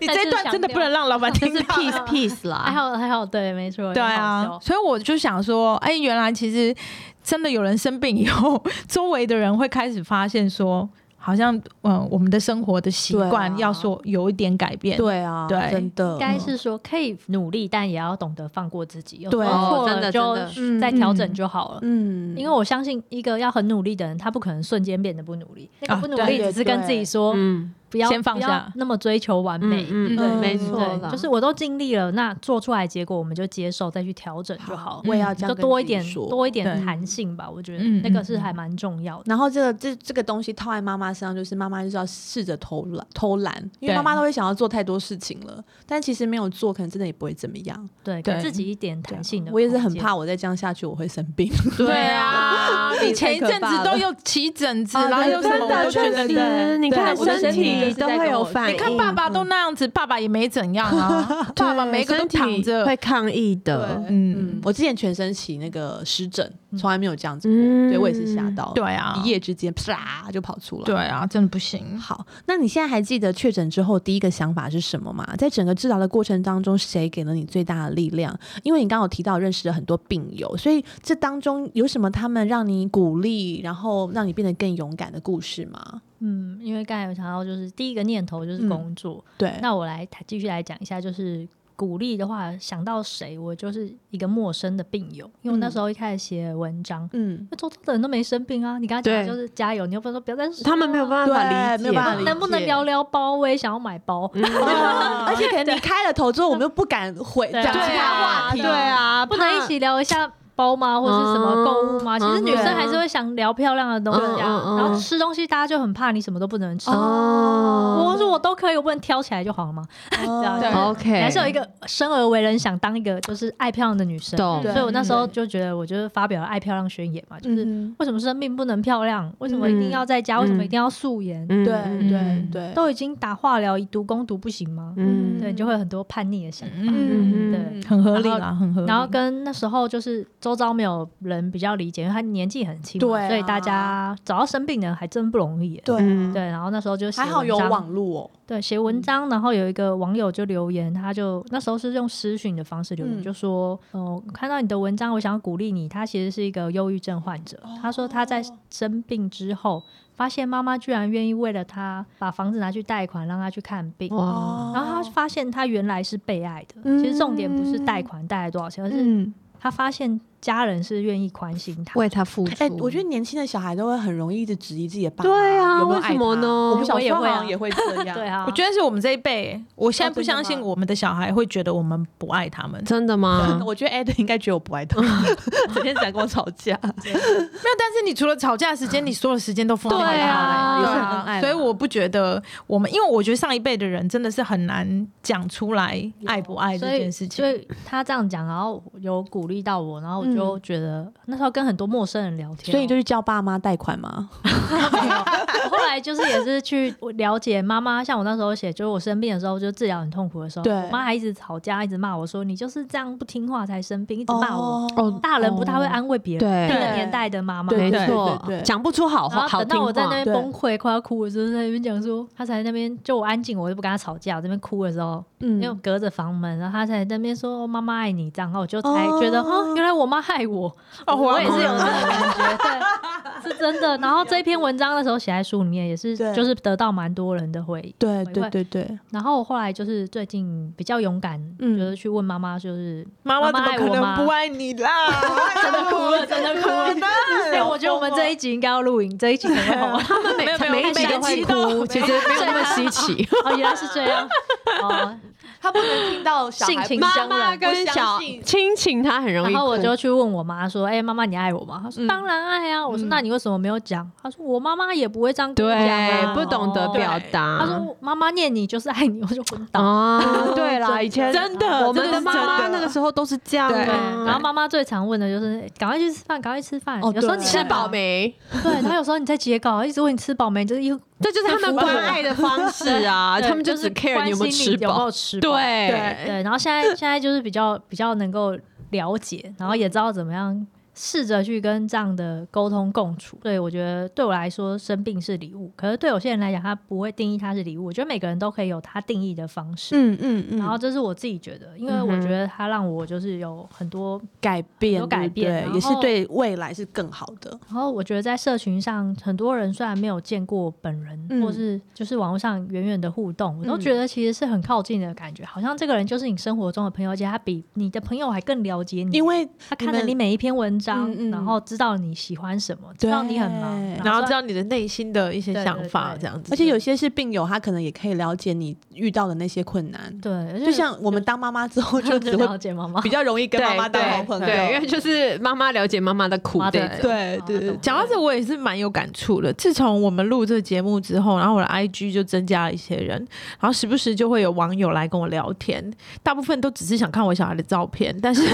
Speaker 3: 你
Speaker 2: 但
Speaker 3: 这
Speaker 2: 是
Speaker 3: 段真的
Speaker 2: 强调
Speaker 3: 不能让 老板
Speaker 4: 就
Speaker 3: 听
Speaker 4: 是
Speaker 3: 到。
Speaker 4: peace peace 啦，
Speaker 2: 还好还好，对，没错，
Speaker 3: 对
Speaker 2: 很
Speaker 3: 啊
Speaker 2: 好，笑
Speaker 3: 所以我就想说，哎、原来其实真的有人生病以后，周围的人会开始发现说，好像嗯，我们的生活的习惯
Speaker 1: 对啊
Speaker 3: 要说有一点改变。
Speaker 1: 对啊，
Speaker 3: 对
Speaker 1: 真的
Speaker 2: 应该是说可以努力，但也要懂得放过自己。有时候
Speaker 1: 对
Speaker 2: 错
Speaker 4: 真
Speaker 2: 了
Speaker 4: 的
Speaker 2: 就
Speaker 1: 真的
Speaker 2: 再调整就好了。
Speaker 1: 嗯，
Speaker 2: 因为我相信，一个要很努力的人，他不可能瞬间变得不努力。那
Speaker 3: 啊
Speaker 2: 个不努
Speaker 3: 对
Speaker 2: 力只是跟自己说，
Speaker 4: 嗯
Speaker 2: 不要
Speaker 3: 先放
Speaker 2: 不要
Speaker 3: 下
Speaker 2: 那么追求完美。
Speaker 4: 嗯
Speaker 1: 对
Speaker 4: 嗯，没
Speaker 1: 嗯
Speaker 4: 错
Speaker 2: 对，
Speaker 4: 啦，
Speaker 2: 就是我都尽力了，那做出来结果我们就接受，再去调整就好了。嗯
Speaker 1: 我也要这样
Speaker 2: 就
Speaker 1: 跟
Speaker 2: 多一
Speaker 1: 自己
Speaker 2: 点
Speaker 1: 说
Speaker 2: 多一点
Speaker 3: 对
Speaker 2: 弹性吧，我觉得
Speaker 3: 嗯
Speaker 2: 那个是还蛮重要的。
Speaker 1: 然后这个这这个东西套在妈妈身上，就是妈妈就是要试着偷懒偷懒，因为
Speaker 3: 对
Speaker 1: 妈妈都会想要做太多事情了，但其实没有做，可能真的也不会怎么样。
Speaker 2: 对，
Speaker 3: 对
Speaker 2: 给自己一点弹性的。
Speaker 1: 我也是很，怕我再这样下去我会生病。
Speaker 3: 对啊，你前一阵
Speaker 1: 太可
Speaker 3: 子
Speaker 1: 怕了
Speaker 3: 都有起疹子，
Speaker 1: 啊
Speaker 3: 然后
Speaker 1: 对
Speaker 3: 又什
Speaker 1: 真
Speaker 3: 么，
Speaker 1: 的
Speaker 3: 我都觉
Speaker 1: 确
Speaker 3: 得
Speaker 1: 实
Speaker 3: 你。
Speaker 1: 对
Speaker 4: 你看
Speaker 1: 我的身体就
Speaker 4: 体
Speaker 1: 是
Speaker 4: 都
Speaker 1: 在
Speaker 4: 会
Speaker 1: 跟
Speaker 4: 有
Speaker 1: 我
Speaker 4: 反
Speaker 3: 你
Speaker 4: 应，
Speaker 3: 看爸爸都那样子，爸爸也没怎样啊， 爸爸每个都
Speaker 4: 身体
Speaker 3: 躺着，
Speaker 4: 会抗议的，
Speaker 1: 嗯
Speaker 3: 嗯，，
Speaker 1: 我之前全身起那个湿疹，从来没有这样子过，
Speaker 4: 嗯
Speaker 1: 对我也是吓到，
Speaker 3: 对啊
Speaker 1: 一，夜之间啪就跑出来。
Speaker 3: 对啊，真的不行。
Speaker 1: 好，那你现在还记得确诊之后第一个想法是什么吗？在整个治疗的过程当中，谁给了你最大的力量？因为你刚刚有提到认识了很多病友，所以这当中有什么他们让你鼓励，然后让你变得更勇敢的故事吗？
Speaker 2: 嗯，因为刚才有想到，就是第一个念头就是
Speaker 1: 嗯
Speaker 2: 工作，
Speaker 1: 对，
Speaker 2: 那我来继续来讲一下，就是鼓励的话，想到谁，我就是一个陌生的病友，因为我
Speaker 4: 嗯
Speaker 2: 那时候一开始写文章，
Speaker 1: 嗯，
Speaker 2: 那周遭的人都没生病啊，你刚才讲的就是加油，你又不能说不要再说
Speaker 4: 他们没有办法理解，嗯
Speaker 1: 对没有办法理解
Speaker 2: 能不能聊聊包？我也想要买包，
Speaker 1: 而且可能你开了头之后，我们又不敢回
Speaker 2: 对
Speaker 1: 讲其
Speaker 4: 对
Speaker 1: 他
Speaker 4: 啊
Speaker 1: 话题，
Speaker 4: 对，啊，
Speaker 2: 不能一起聊一下。包吗，或是什么购物吗？
Speaker 4: 嗯
Speaker 2: 其实女生
Speaker 1: 对
Speaker 2: 还是会想聊漂亮的东西啊。
Speaker 4: 嗯嗯嗯
Speaker 2: 然后吃东西，大家就很怕你什么都不能吃。
Speaker 4: 哦
Speaker 2: 我说我都可以，我不能挑起来就好了嘛。
Speaker 1: 哦
Speaker 2: 对
Speaker 4: ，OK，
Speaker 2: 还是有一个生而为人，想当一个就是爱漂亮的女生。
Speaker 4: 懂
Speaker 2: 所以我那时候就觉得，我就是发表了爱漂亮宣言嘛，就是
Speaker 1: 嗯
Speaker 2: 为什么生命不能漂亮？为什么一定要在家？为什么一定要素颜？
Speaker 1: 哼
Speaker 4: 嗯
Speaker 1: 对对
Speaker 3: 嗯
Speaker 1: 对，
Speaker 2: 都已经打化疗、以毒攻毒不行吗？
Speaker 4: 嗯
Speaker 2: 对，你就会有很多叛逆的想法。
Speaker 3: 嗯
Speaker 4: 嗯
Speaker 2: 对，
Speaker 3: 很合理啦，很合
Speaker 1: 嗯
Speaker 3: 理。
Speaker 2: 然后跟那时候就是周遭没有人比较理解，因为他年纪很轻嘛，
Speaker 1: 对啊
Speaker 2: 所以大家找到生病的人还真不容易耶。
Speaker 1: 对
Speaker 4: 嗯
Speaker 2: 对，然后那时候就写
Speaker 1: 还好有
Speaker 2: 文章
Speaker 1: 网络哦，
Speaker 2: 对，写文章，然后有一个网友就留言，他就那时候是用私讯的方式留言，
Speaker 1: 嗯
Speaker 2: 就说：“哦、呃，看到你的文章，我想要鼓励你。他其实是一个忧郁症患者，他说他在生病之后，发现妈妈居然愿意为了他把房子拿去贷款，让他去看病。
Speaker 1: 哦
Speaker 4: 哇，
Speaker 2: 然后他发现他原来是被爱的，其实重点不是贷款贷了多少钱，而是
Speaker 1: 嗯，
Speaker 2: 他发现家人是愿意关心他。
Speaker 4: 为他付出，
Speaker 1: 哎、我觉得年轻的小孩都会很容易一直质疑自己的爸妈，
Speaker 4: 对啊
Speaker 1: 有没有
Speaker 4: 为
Speaker 1: 爱
Speaker 4: 什么
Speaker 1: 他
Speaker 4: 呢
Speaker 1: 我们小
Speaker 2: 我也
Speaker 1: 时候好
Speaker 2: 会啊
Speaker 1: 像也会 这样，
Speaker 2: 对啊，
Speaker 3: 我觉得是我们这一辈，我现在
Speaker 1: 哦
Speaker 3: 不
Speaker 1: 真的
Speaker 3: 相信
Speaker 1: 吗
Speaker 3: 我们的小孩会觉得我们不爱他们。
Speaker 4: 真的吗？
Speaker 1: 啊 我觉得 Ed 应该觉得我不爱他，整天想跟我吵 架。
Speaker 3: 没有，但是你除了吵架的时 间，你所有的时间都放在
Speaker 4: 对
Speaker 3: 他
Speaker 4: 啊
Speaker 3: 嘞
Speaker 4: 也是很
Speaker 1: 恩爱啦
Speaker 3: 所以我不觉得我们，因为我觉得上一辈的人真的是很难讲出来爱不爱这
Speaker 2: 所以，
Speaker 3: 件事情
Speaker 2: 所。以他这样讲，然后有鼓励到我，然后我就觉得、那时候跟很多陌生人聊天哦、
Speaker 1: 所以你就是叫爸妈贷款吗？
Speaker 2: 我后来就是也是去了解妈妈，像我那时候写，就是我生病的时候，就治疗很痛苦的时候，
Speaker 1: 对
Speaker 2: 我妈还一直吵架，一直骂我说你就是这样不听话才生病，一直骂我。
Speaker 4: 哦
Speaker 2: 大人不太会安慰别人，
Speaker 4: 对
Speaker 2: 那个年代的妈妈。
Speaker 1: 对
Speaker 4: 没
Speaker 1: 对
Speaker 4: 错
Speaker 1: 对对，
Speaker 4: 讲不出好
Speaker 2: 然
Speaker 4: 话，
Speaker 2: 后
Speaker 4: 好
Speaker 2: 等
Speaker 4: 听
Speaker 2: 到
Speaker 4: 话。
Speaker 2: 我在那边
Speaker 1: 对
Speaker 2: 崩溃，快要哭的时候，在那边讲说，他才在那边就我安静，我就不跟他吵架，我在那边哭的时候，
Speaker 1: 嗯
Speaker 2: 因为我隔着房门，然后他才在那边说妈妈爱你这样，然后我就才
Speaker 1: 哦
Speaker 2: 觉得，哦，原来我妈害我，
Speaker 3: 哦我要
Speaker 2: 我也
Speaker 3: 哭
Speaker 2: 是有
Speaker 3: 了
Speaker 2: 这个感觉，对，是真的。然后这篇文章那时候写在书里面，也是
Speaker 1: 对
Speaker 2: 就是得到蛮多人的回应。
Speaker 1: 对
Speaker 2: 对
Speaker 1: 对对对，
Speaker 2: 然后我后来就是最近比较勇敢，
Speaker 1: 嗯
Speaker 2: 就是去问妈妈，就是
Speaker 3: 妈妈怎么可
Speaker 2: 妈妈爱我
Speaker 3: 能
Speaker 2: 吗
Speaker 3: 不爱你啦？
Speaker 2: 真的哭了，真的哭了。对，哎我觉得我们这一集应该要录影，这一集很好玩。
Speaker 4: 每
Speaker 3: 没有没有
Speaker 4: 每一
Speaker 3: 每
Speaker 4: 集都
Speaker 3: 一
Speaker 4: 会
Speaker 3: 集都
Speaker 4: 哭，其实没有那啊么稀 奇。
Speaker 2: 哦，原来是这样。哦，
Speaker 1: 他不能听 到小
Speaker 2: 性情
Speaker 4: 妈
Speaker 2: 相
Speaker 4: 妈
Speaker 2: 忍
Speaker 4: 跟小亲情，他很容易
Speaker 2: 然后
Speaker 4: 哭。
Speaker 2: 我就去问我妈说：“哎、妈妈，你爱我吗？”她
Speaker 4: 嗯
Speaker 2: 说：“当然爱啊。”我说：“那你为什么没有讲？”她说：“我妈妈也不会这样跟我讲、
Speaker 4: 对
Speaker 2: 啊，
Speaker 4: 不懂得表达。
Speaker 2: 她说：“妈妈念你就是爱你。”我就昏倒。
Speaker 4: 啊，对啦，以前
Speaker 3: 真的，
Speaker 4: 我们
Speaker 3: 这个
Speaker 4: 的
Speaker 3: 是
Speaker 4: 妈妈
Speaker 3: 真的
Speaker 4: 那个时候都是这样
Speaker 3: 对
Speaker 2: 对，
Speaker 4: 啊。
Speaker 2: 然后妈妈最常问的就是哎：“赶快去吃饭，赶快去吃饭。
Speaker 1: 哦
Speaker 2: 有时候
Speaker 1: 对
Speaker 2: 你
Speaker 4: 吃
Speaker 2: 在
Speaker 4: 饱？没？
Speaker 2: 对，然后有时候你在截稿，一直问你吃饱没，就是一
Speaker 4: 这就是他们关爱的方式啊，
Speaker 2: 对
Speaker 4: 他们就
Speaker 2: 就是
Speaker 4: 只 care
Speaker 2: 关
Speaker 4: 你有没有
Speaker 2: 心
Speaker 4: 吃
Speaker 2: 有没
Speaker 4: 饱
Speaker 2: 有。吃
Speaker 1: 哎
Speaker 2: 饱。
Speaker 4: 对，
Speaker 2: 对，然后现在现在就是比较比较能够了解，然后也知道怎么样试着去跟这样的沟通共处。对我觉得对我来说，生病是礼物，可是对有些人来讲，他不会定义它是礼物。我觉得每个人都可以有他定义的方式。
Speaker 1: 嗯嗯嗯，
Speaker 2: 然后这是我自己觉得，因为我觉得它让我就是有很多，
Speaker 1: 改变
Speaker 2: 有改
Speaker 1: 对
Speaker 2: 变
Speaker 1: 不
Speaker 2: 然
Speaker 1: 对
Speaker 2: 后
Speaker 1: 也是对未来是更好的。
Speaker 2: 然后我觉得在社群上，很多人虽然没有见过本人，
Speaker 1: 嗯
Speaker 2: 或是就是网络上远远的互动，我都
Speaker 1: 嗯
Speaker 2: 觉得其实是很靠近的感觉，好像这个人就是你生活中的朋友，而且他比你的朋友还更了解你，
Speaker 1: 因为
Speaker 2: 他看了
Speaker 1: 你们
Speaker 2: 你每一篇文章，
Speaker 1: 嗯嗯
Speaker 2: 然后知道你喜欢什么，
Speaker 1: 对
Speaker 2: 知道你很忙，
Speaker 3: 然后知道
Speaker 2: 道
Speaker 3: 你的内心的一些
Speaker 2: 对对
Speaker 3: 想法，
Speaker 2: 对
Speaker 3: 这样子。
Speaker 1: 而且有些是病友，他可能也可以了解你遇到的那些困难。
Speaker 2: 对，而且
Speaker 1: 就像我们当妈妈之后， 就只
Speaker 2: 就
Speaker 1: 会
Speaker 2: 了解妈妈
Speaker 1: 比。较容易跟妈妈当好朋友。
Speaker 4: 对，因为就是妈妈了解妈妈的哦苦
Speaker 2: 妈
Speaker 4: 这
Speaker 2: 的
Speaker 4: 种。
Speaker 1: 对对对，
Speaker 3: 讲到这，我也是蛮有感触的。自从我们录这节目之后，然后我的 IG 就增加了一些人，然后时不时就会有网友来跟我聊天，大部分都只是想看我小孩的照片，但是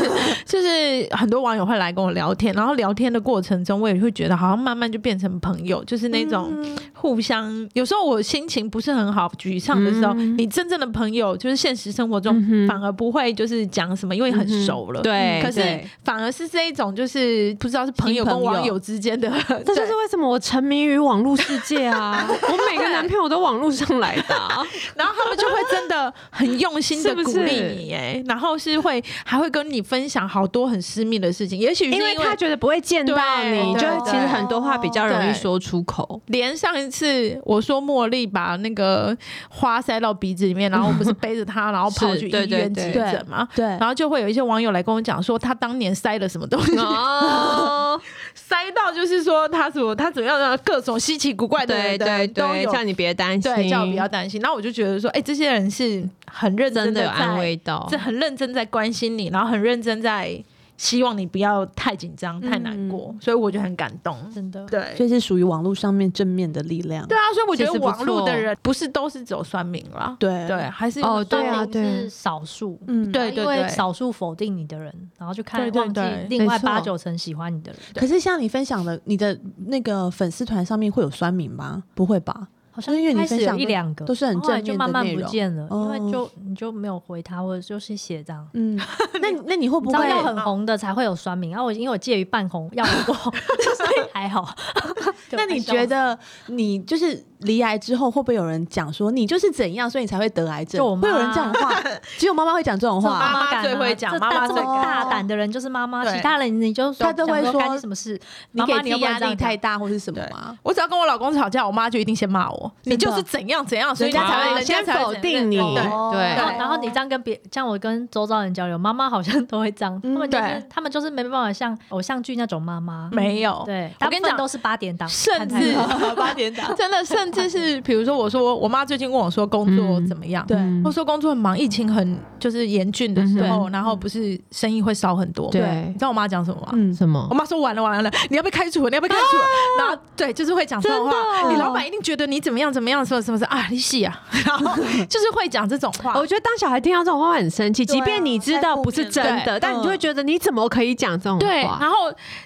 Speaker 3: 就是很多网友会来跟我聊天，然后聊天的过程中，我也会觉得好像慢慢就变成朋友，就是那种互相。有时候我心情不是很好、沮丧的时候，你真正的朋友就是现实生活中反而不会就是讲什么，因为很熟了。
Speaker 4: 对，
Speaker 3: 可是
Speaker 4: 哎对
Speaker 3: 反而是这一种，就是不知道是朋友跟网友之 间的，
Speaker 4: 这
Speaker 3: 这
Speaker 4: 就是为什么我沉迷于网络世界 啊！我每个男朋友都网络上来的 啊、
Speaker 3: 然后他们就会真的很用心的
Speaker 4: 是不
Speaker 3: 鼓
Speaker 4: 是
Speaker 3: 励你，哎，然后是会还会跟你分享好多很私密的事情，也许是
Speaker 4: 因
Speaker 3: 因
Speaker 4: 为他觉得不会见到
Speaker 3: 对
Speaker 4: 你，就
Speaker 3: 对
Speaker 4: 其实很多话比较容易
Speaker 3: 对
Speaker 4: 说出口。
Speaker 3: 连上一次我说茉莉把那个花塞到鼻子里面，然后我不是背着她，然后跑
Speaker 4: 是
Speaker 3: 去
Speaker 4: 对
Speaker 3: 医
Speaker 4: 对
Speaker 3: 院
Speaker 4: 对
Speaker 3: 急诊嘛，
Speaker 1: 对
Speaker 3: 然后就会有一些网友来跟我讲说，他当年塞了什么东西，
Speaker 4: 哦，
Speaker 3: 塞到就是说他怎么他怎么样，各种稀奇古怪的
Speaker 4: 对
Speaker 3: 人
Speaker 4: 对
Speaker 3: 都
Speaker 4: 对，
Speaker 3: 有
Speaker 4: 叫你别担心，
Speaker 3: 对，叫我不要担心。那我就觉得说，哎、这些人是很认
Speaker 4: 真
Speaker 3: 的
Speaker 4: 的有
Speaker 3: 在
Speaker 4: 安慰到
Speaker 3: 这。很认真在关心你，然后很认真在希望你不要太紧张、太难过，所以我就很感动。
Speaker 2: 真的。
Speaker 3: 对，
Speaker 1: 所以是属于网络上面正面的力量。
Speaker 3: 对啊，所以我觉
Speaker 4: 其实
Speaker 3: 得
Speaker 4: 不
Speaker 3: 网络
Speaker 4: 错
Speaker 3: 的人不是都是走酸民啦，
Speaker 1: 对
Speaker 3: 对，还是
Speaker 4: 哦对啊
Speaker 2: 酸民是少数，
Speaker 1: 嗯，
Speaker 3: 对对
Speaker 2: 因为
Speaker 3: 对，
Speaker 2: 少数否定你的人，然后就看
Speaker 3: 对对
Speaker 2: 忘记
Speaker 3: 对
Speaker 2: 另外
Speaker 4: 没错
Speaker 2: 八九成喜欢你的人，
Speaker 1: 可是像你分享的，你的那个粉丝团上面会有酸民吗？不会吧？
Speaker 2: 好像
Speaker 1: 因为
Speaker 2: 一
Speaker 1: 你
Speaker 2: 开
Speaker 1: 分
Speaker 2: 始有
Speaker 1: 享
Speaker 2: 一
Speaker 1: 都
Speaker 2: 两个，
Speaker 1: 都是很
Speaker 2: 后来
Speaker 1: 正面
Speaker 2: 就
Speaker 1: 的
Speaker 2: 慢慢
Speaker 1: 内
Speaker 2: 不
Speaker 1: 容
Speaker 2: 见了，因
Speaker 1: 哦
Speaker 2: 为就你就没有回他，或者就是写这样。
Speaker 1: 嗯，那你那你会
Speaker 2: 你
Speaker 1: 不
Speaker 2: 知道
Speaker 1: 会
Speaker 2: 要很红的才会有酸民，然后我因为我介于半红要红过， 所以还好。
Speaker 1: 那你觉得你就是离癌之后，会不会有人讲说你就是怎样，所以你才会得癌症？
Speaker 2: 就我妈
Speaker 1: 会有人这样的 话，只有妈妈会讲这种
Speaker 2: 这
Speaker 1: 话。
Speaker 2: 种
Speaker 3: 妈
Speaker 2: 敢啊
Speaker 3: 最会讲
Speaker 2: 这
Speaker 3: 妈妈
Speaker 2: 大这
Speaker 3: 最
Speaker 2: 么
Speaker 1: 敢
Speaker 2: 大胆的人就是妈妈，
Speaker 3: 对
Speaker 2: 其他人你就
Speaker 1: 她都会
Speaker 2: 想
Speaker 1: 说
Speaker 2: 干你什么事，
Speaker 1: 你
Speaker 2: 妈
Speaker 1: 给
Speaker 2: 妈
Speaker 1: 自己
Speaker 2: 你又不能
Speaker 1: 压
Speaker 2: 这样
Speaker 1: 力太
Speaker 2: 讲。
Speaker 1: 大或是什么
Speaker 3: 对
Speaker 1: 吗？
Speaker 3: 我只要跟我老公吵架，我妈就一定先骂我，
Speaker 1: 真的
Speaker 3: 你就是怎样怎样，所以
Speaker 1: 人家
Speaker 3: 你啊
Speaker 1: 才会
Speaker 3: 人家
Speaker 4: 先
Speaker 3: 才
Speaker 4: 否
Speaker 3: 会怎样
Speaker 4: 定你，
Speaker 3: 对
Speaker 2: 然后
Speaker 4: 对
Speaker 3: 对
Speaker 2: 然后你这样跟别，像我跟周遭人交流，妈妈好像都会这样，他们就是
Speaker 3: 对
Speaker 2: 他们就是没办法像偶像剧那种妈妈，
Speaker 3: 没有，
Speaker 2: 对，
Speaker 3: 我
Speaker 2: 大
Speaker 3: 跟
Speaker 2: 部
Speaker 3: 你
Speaker 2: 分
Speaker 3: 讲
Speaker 2: 都是八点档，
Speaker 3: 甚
Speaker 2: 看
Speaker 3: 至
Speaker 2: 台
Speaker 1: 八点档
Speaker 3: 真的，甚至是比如说，我说我妈最近问我说工作怎么样，
Speaker 1: 对
Speaker 4: 嗯
Speaker 3: 或说工作很忙，疫情很就是严峻的时
Speaker 1: 嗯
Speaker 3: 候，
Speaker 1: 对
Speaker 3: 然后不是生意会少很多吗，
Speaker 4: 对
Speaker 3: 你知道我妈讲什么吗？
Speaker 1: 嗯，
Speaker 4: 什么
Speaker 3: 我？妈说完了完了，你要被开除，你要被开除，然后对，就是会讲这种话
Speaker 4: 真的，哦
Speaker 3: 你老板一定觉得你怎么样怎么样，什么什么什么啊，你戏啊， 然后就是会讲这种话，
Speaker 4: 我觉得当小孩听哦到这种话很生气，
Speaker 1: 对啊
Speaker 4: 即便你知道不是真
Speaker 3: 太负面
Speaker 4: 的，
Speaker 1: 了
Speaker 4: 但你就会觉得你怎么可以讲这种
Speaker 3: 对，
Speaker 4: 话？
Speaker 3: 然后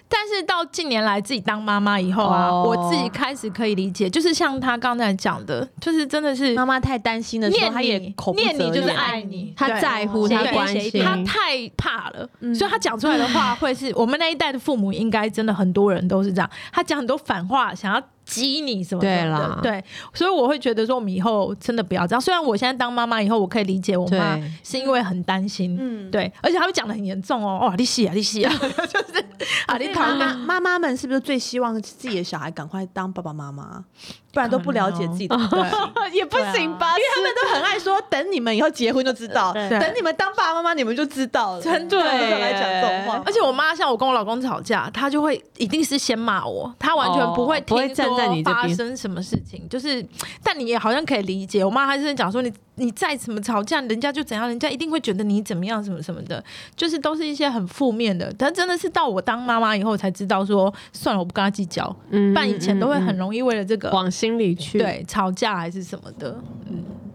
Speaker 3: 但是到近年来自己当妈妈以后啊，
Speaker 4: 哦
Speaker 3: 我自己开始可以理解，就是像他刚才讲的，就是真的是
Speaker 1: 妈妈太担心的时候，
Speaker 3: 念
Speaker 1: 她也
Speaker 3: 你
Speaker 1: 口，不
Speaker 3: 念
Speaker 1: 择
Speaker 3: 你就是
Speaker 1: 言
Speaker 3: 爱你，
Speaker 4: 他
Speaker 3: 对
Speaker 4: 在乎，
Speaker 2: 对
Speaker 4: 他
Speaker 3: 对
Speaker 4: 关
Speaker 2: 谁
Speaker 4: 心，
Speaker 3: 他太怕了，
Speaker 1: 嗯
Speaker 3: 所以他讲出来的话会是我们那一代的父母应该真的很多人都是这样，他讲很多反话，想要激你什么什么
Speaker 4: 对
Speaker 3: 的
Speaker 4: 啦，
Speaker 3: 对，所以我会觉得说我们以后真的不要这样。虽然我现在当妈妈以后，我可以理解我妈
Speaker 4: 对
Speaker 3: 是因为很担心，
Speaker 1: 嗯，
Speaker 3: 对，而且他会讲的很严重哦，哦，你死啊，你死啊， 就是啊，你讨
Speaker 1: 妈妈妈妈们是不是最希望自己的小孩赶快当爸爸妈妈，不然都不了解自己的
Speaker 3: 哦
Speaker 1: 东 西？
Speaker 3: 也不
Speaker 2: 啊
Speaker 3: 行吧？
Speaker 1: 因为他们都很爱说，等你们以后结婚就知道，
Speaker 2: 对
Speaker 1: 等你们当爸爸妈妈你们就知道了。
Speaker 3: 真的
Speaker 1: 他们都很爱讲这种话
Speaker 3: 而。且我妈像我跟我老公吵架，她就会一定是先骂我，她完全不会
Speaker 4: 哦
Speaker 3: 听
Speaker 4: 不会站在你这
Speaker 3: 说
Speaker 4: 边
Speaker 3: 发生什么事情，就是，但你也好像可以理解，我妈还是讲说你你再怎么吵架，人家就怎样，人家一定会觉得你怎么样什么什么的，就是都是一些很负面的。但真的是到我当妈妈以后才知道说，算了，我不跟她计较，
Speaker 4: 嗯
Speaker 3: 不然以前都会很
Speaker 4: 嗯
Speaker 3: 容易为了这个
Speaker 4: 嗯往心里去。，
Speaker 3: 对吵架还是什么的，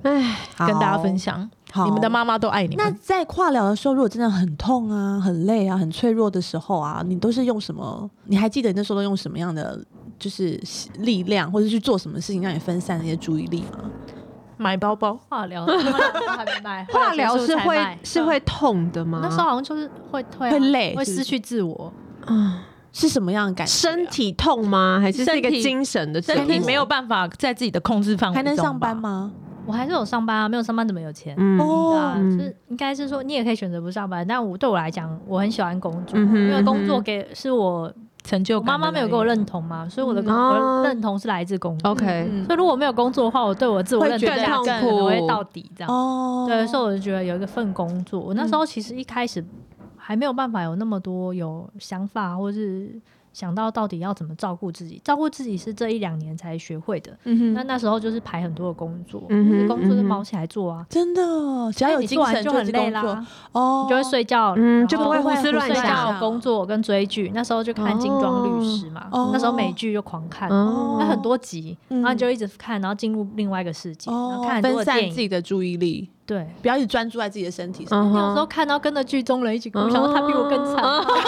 Speaker 4: 哎，
Speaker 1: 好
Speaker 3: 跟大家分。享，
Speaker 1: 好
Speaker 3: 你们的妈妈都爱你
Speaker 1: 那
Speaker 3: 们。
Speaker 1: 在跨疗的时候，如果真的很痛啊、很累啊、很脆弱的时候啊，你都是用什么？你还记得你那时候都用什么样的就是力量，或者去做什么事情让你分散那些注意力吗？
Speaker 3: 买包包，
Speaker 2: 化疗，化疗还没卖，
Speaker 4: 化疗
Speaker 2: 结束
Speaker 4: 是
Speaker 2: 才
Speaker 4: 会
Speaker 2: 卖嗯
Speaker 4: 是会痛的吗？
Speaker 2: 那时候好像就是会退啊、
Speaker 1: 会累
Speaker 2: 会
Speaker 1: 是不是
Speaker 2: 失去自我。
Speaker 4: 嗯
Speaker 1: 是什么样的感觉、
Speaker 4: 身，体痛吗？还是是一个
Speaker 3: 身体
Speaker 4: 精神的折磨
Speaker 3: 身体没有办法在自己的控制范围
Speaker 1: 还能
Speaker 3: 中
Speaker 1: 上班
Speaker 3: 吧？
Speaker 1: 吗？
Speaker 2: 我还是有上班啊，没有上班怎么有钱？
Speaker 4: 嗯
Speaker 1: 哦
Speaker 2: 对啊，
Speaker 4: 嗯
Speaker 2: 就是应该是说你也可以选择不上班，但我对我来讲，我很喜欢工作，
Speaker 4: 嗯哼
Speaker 2: 因为工
Speaker 4: 嗯
Speaker 2: 作
Speaker 4: 哼
Speaker 2: 给是我
Speaker 3: 成就
Speaker 2: 我
Speaker 3: 感的
Speaker 2: 妈妈没有给我认同嘛，所以我的工
Speaker 4: 嗯
Speaker 2: 我的
Speaker 4: 哦
Speaker 2: 认同是来自工作。
Speaker 4: OK，
Speaker 1: 嗯
Speaker 2: 所以如果没有工作的话，我对我自我
Speaker 1: 会
Speaker 2: 认同
Speaker 1: 觉得
Speaker 2: 价
Speaker 1: 痛
Speaker 2: 值可能会
Speaker 4: 苦
Speaker 2: 到底这样。
Speaker 1: 哦，
Speaker 2: 对，所以我就觉得有一个份工作，我那时候其实一开始还没有办法有那么多有想法，或是想到到底要怎么照顾自己。照顾自己是这一两年才学会的，
Speaker 1: 嗯
Speaker 2: 那
Speaker 1: 哼，
Speaker 2: 那时候就是排很多的工作，
Speaker 4: 嗯
Speaker 2: 就是
Speaker 4: 哼
Speaker 2: 工作就
Speaker 4: 嗯哼
Speaker 2: 毛起来做啊，
Speaker 1: 真的，只要有
Speaker 2: 你
Speaker 1: 精
Speaker 2: 做完
Speaker 1: 神
Speaker 2: 就
Speaker 1: 一
Speaker 2: 很
Speaker 1: 直
Speaker 2: 累
Speaker 1: 工
Speaker 2: 啦，
Speaker 1: 作哦，
Speaker 2: 你就会睡觉，
Speaker 4: 嗯就
Speaker 2: 然
Speaker 4: 不
Speaker 2: 后
Speaker 4: 会胡思乱
Speaker 2: 睡
Speaker 4: 想。
Speaker 2: 觉、工作跟追剧。那时候就看《金装律师》嘛，
Speaker 1: 哦
Speaker 2: 那时候美剧就狂看。
Speaker 4: 哦
Speaker 2: 那很多集，
Speaker 1: 嗯
Speaker 2: 然后你就一直看，然后进入另外一个世界，然
Speaker 1: 哦
Speaker 2: 后看，很多
Speaker 1: 分
Speaker 2: 的
Speaker 1: 散
Speaker 2: 电
Speaker 1: 自
Speaker 2: 影。
Speaker 1: 己的注意力，
Speaker 2: 对，
Speaker 1: 不要一直专注在自己的身
Speaker 3: 哦
Speaker 1: 体上。
Speaker 4: 嗯
Speaker 2: 有
Speaker 4: 哼
Speaker 2: 时候看到跟着剧中人一起
Speaker 4: 嗯
Speaker 2: 哭，想到他比我更惨，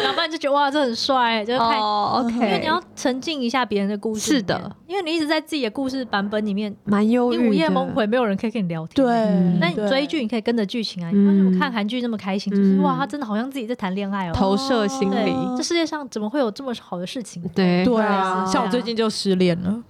Speaker 2: 然后不然就觉得哇，这很帅，就是看。
Speaker 4: 哦
Speaker 2: 因为你
Speaker 4: ，OK，
Speaker 2: 要沉浸一下别人的故事，
Speaker 4: 是的，
Speaker 2: 因为你一直在自己的故事版本里面，
Speaker 4: 蛮忧
Speaker 2: 你
Speaker 4: 郁的。
Speaker 2: 午夜梦回，没有人可以跟你聊天。
Speaker 1: 对，
Speaker 4: 嗯
Speaker 2: 那你
Speaker 1: 对
Speaker 2: 追剧，你可以跟着剧情啊。
Speaker 4: 嗯
Speaker 2: 你为什么看韩剧那么开心？就是
Speaker 4: 嗯
Speaker 2: 哇，他真的好像自己在谈恋爱哦。
Speaker 4: 投射心
Speaker 2: 对
Speaker 4: 理，
Speaker 1: 哦
Speaker 2: 这世界上怎么会有这么好的事情？
Speaker 4: 对
Speaker 1: 对
Speaker 3: 啊
Speaker 1: 啊，
Speaker 3: 像我最近就失恋了，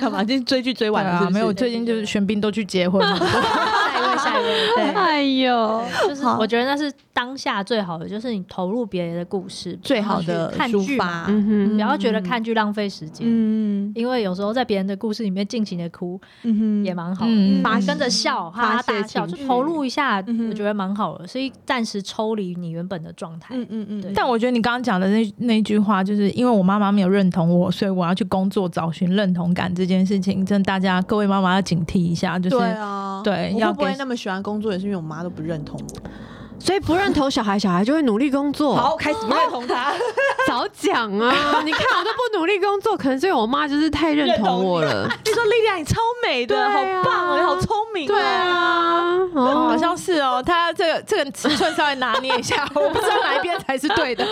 Speaker 1: 干嘛？就是追剧追
Speaker 3: 对
Speaker 1: 完了是
Speaker 3: 啊，
Speaker 1: 不是
Speaker 3: 没有，最近就是玄彬都去结婚了，
Speaker 2: 下一位，下一位， 对，
Speaker 4: 哎呦，
Speaker 2: 就是我觉得那是当下最好的，就是你投入别人的故事，
Speaker 1: 最好的
Speaker 2: 然后去看
Speaker 1: 抒
Speaker 2: 剧嘛
Speaker 1: 发。
Speaker 4: 嗯哼，
Speaker 2: 不要觉得看剧浪费时间，
Speaker 1: 嗯
Speaker 2: 因为有时候在别人的故事里面尽情的哭
Speaker 1: 嗯哼
Speaker 2: 也蛮好的，
Speaker 3: 嗯
Speaker 2: 发跟着笑，哈哈
Speaker 4: 发泄
Speaker 2: 大笑，
Speaker 4: 情
Speaker 2: 就
Speaker 4: 绪
Speaker 2: 投入一下，
Speaker 1: 嗯哼
Speaker 2: 我觉得蛮好的，所以暂时抽离你原本的状态。
Speaker 1: 嗯嗯嗯，
Speaker 2: 对
Speaker 3: 但我觉得你刚刚讲的那那句话，就是因为我妈妈没有认同我，所以我要去工作找寻认同感这件事情，真的大家各位妈妈要警惕一下，就是
Speaker 1: 对啊，
Speaker 3: 对
Speaker 1: 我
Speaker 3: 要
Speaker 1: 会不会
Speaker 3: 给
Speaker 1: 那么喜欢工作，也是因为我妈都不认同我。
Speaker 4: 所以不认同小孩，小孩就会努力工作。，
Speaker 1: 哦
Speaker 4: 哦
Speaker 1: 好，开始不认同他，
Speaker 4: 早讲啊！你看我都不努力工作，可能所以我妈就是太认同我了。
Speaker 1: 你说莉莉，你超美
Speaker 4: 对
Speaker 1: 的，好
Speaker 4: 啊
Speaker 1: 棒哦，你好聪明，
Speaker 4: 对。啊，
Speaker 3: 好
Speaker 4: 哦，
Speaker 3: 像是哦，他这个这个尺寸稍微拿捏一下，我不知道哪一边才是对 的。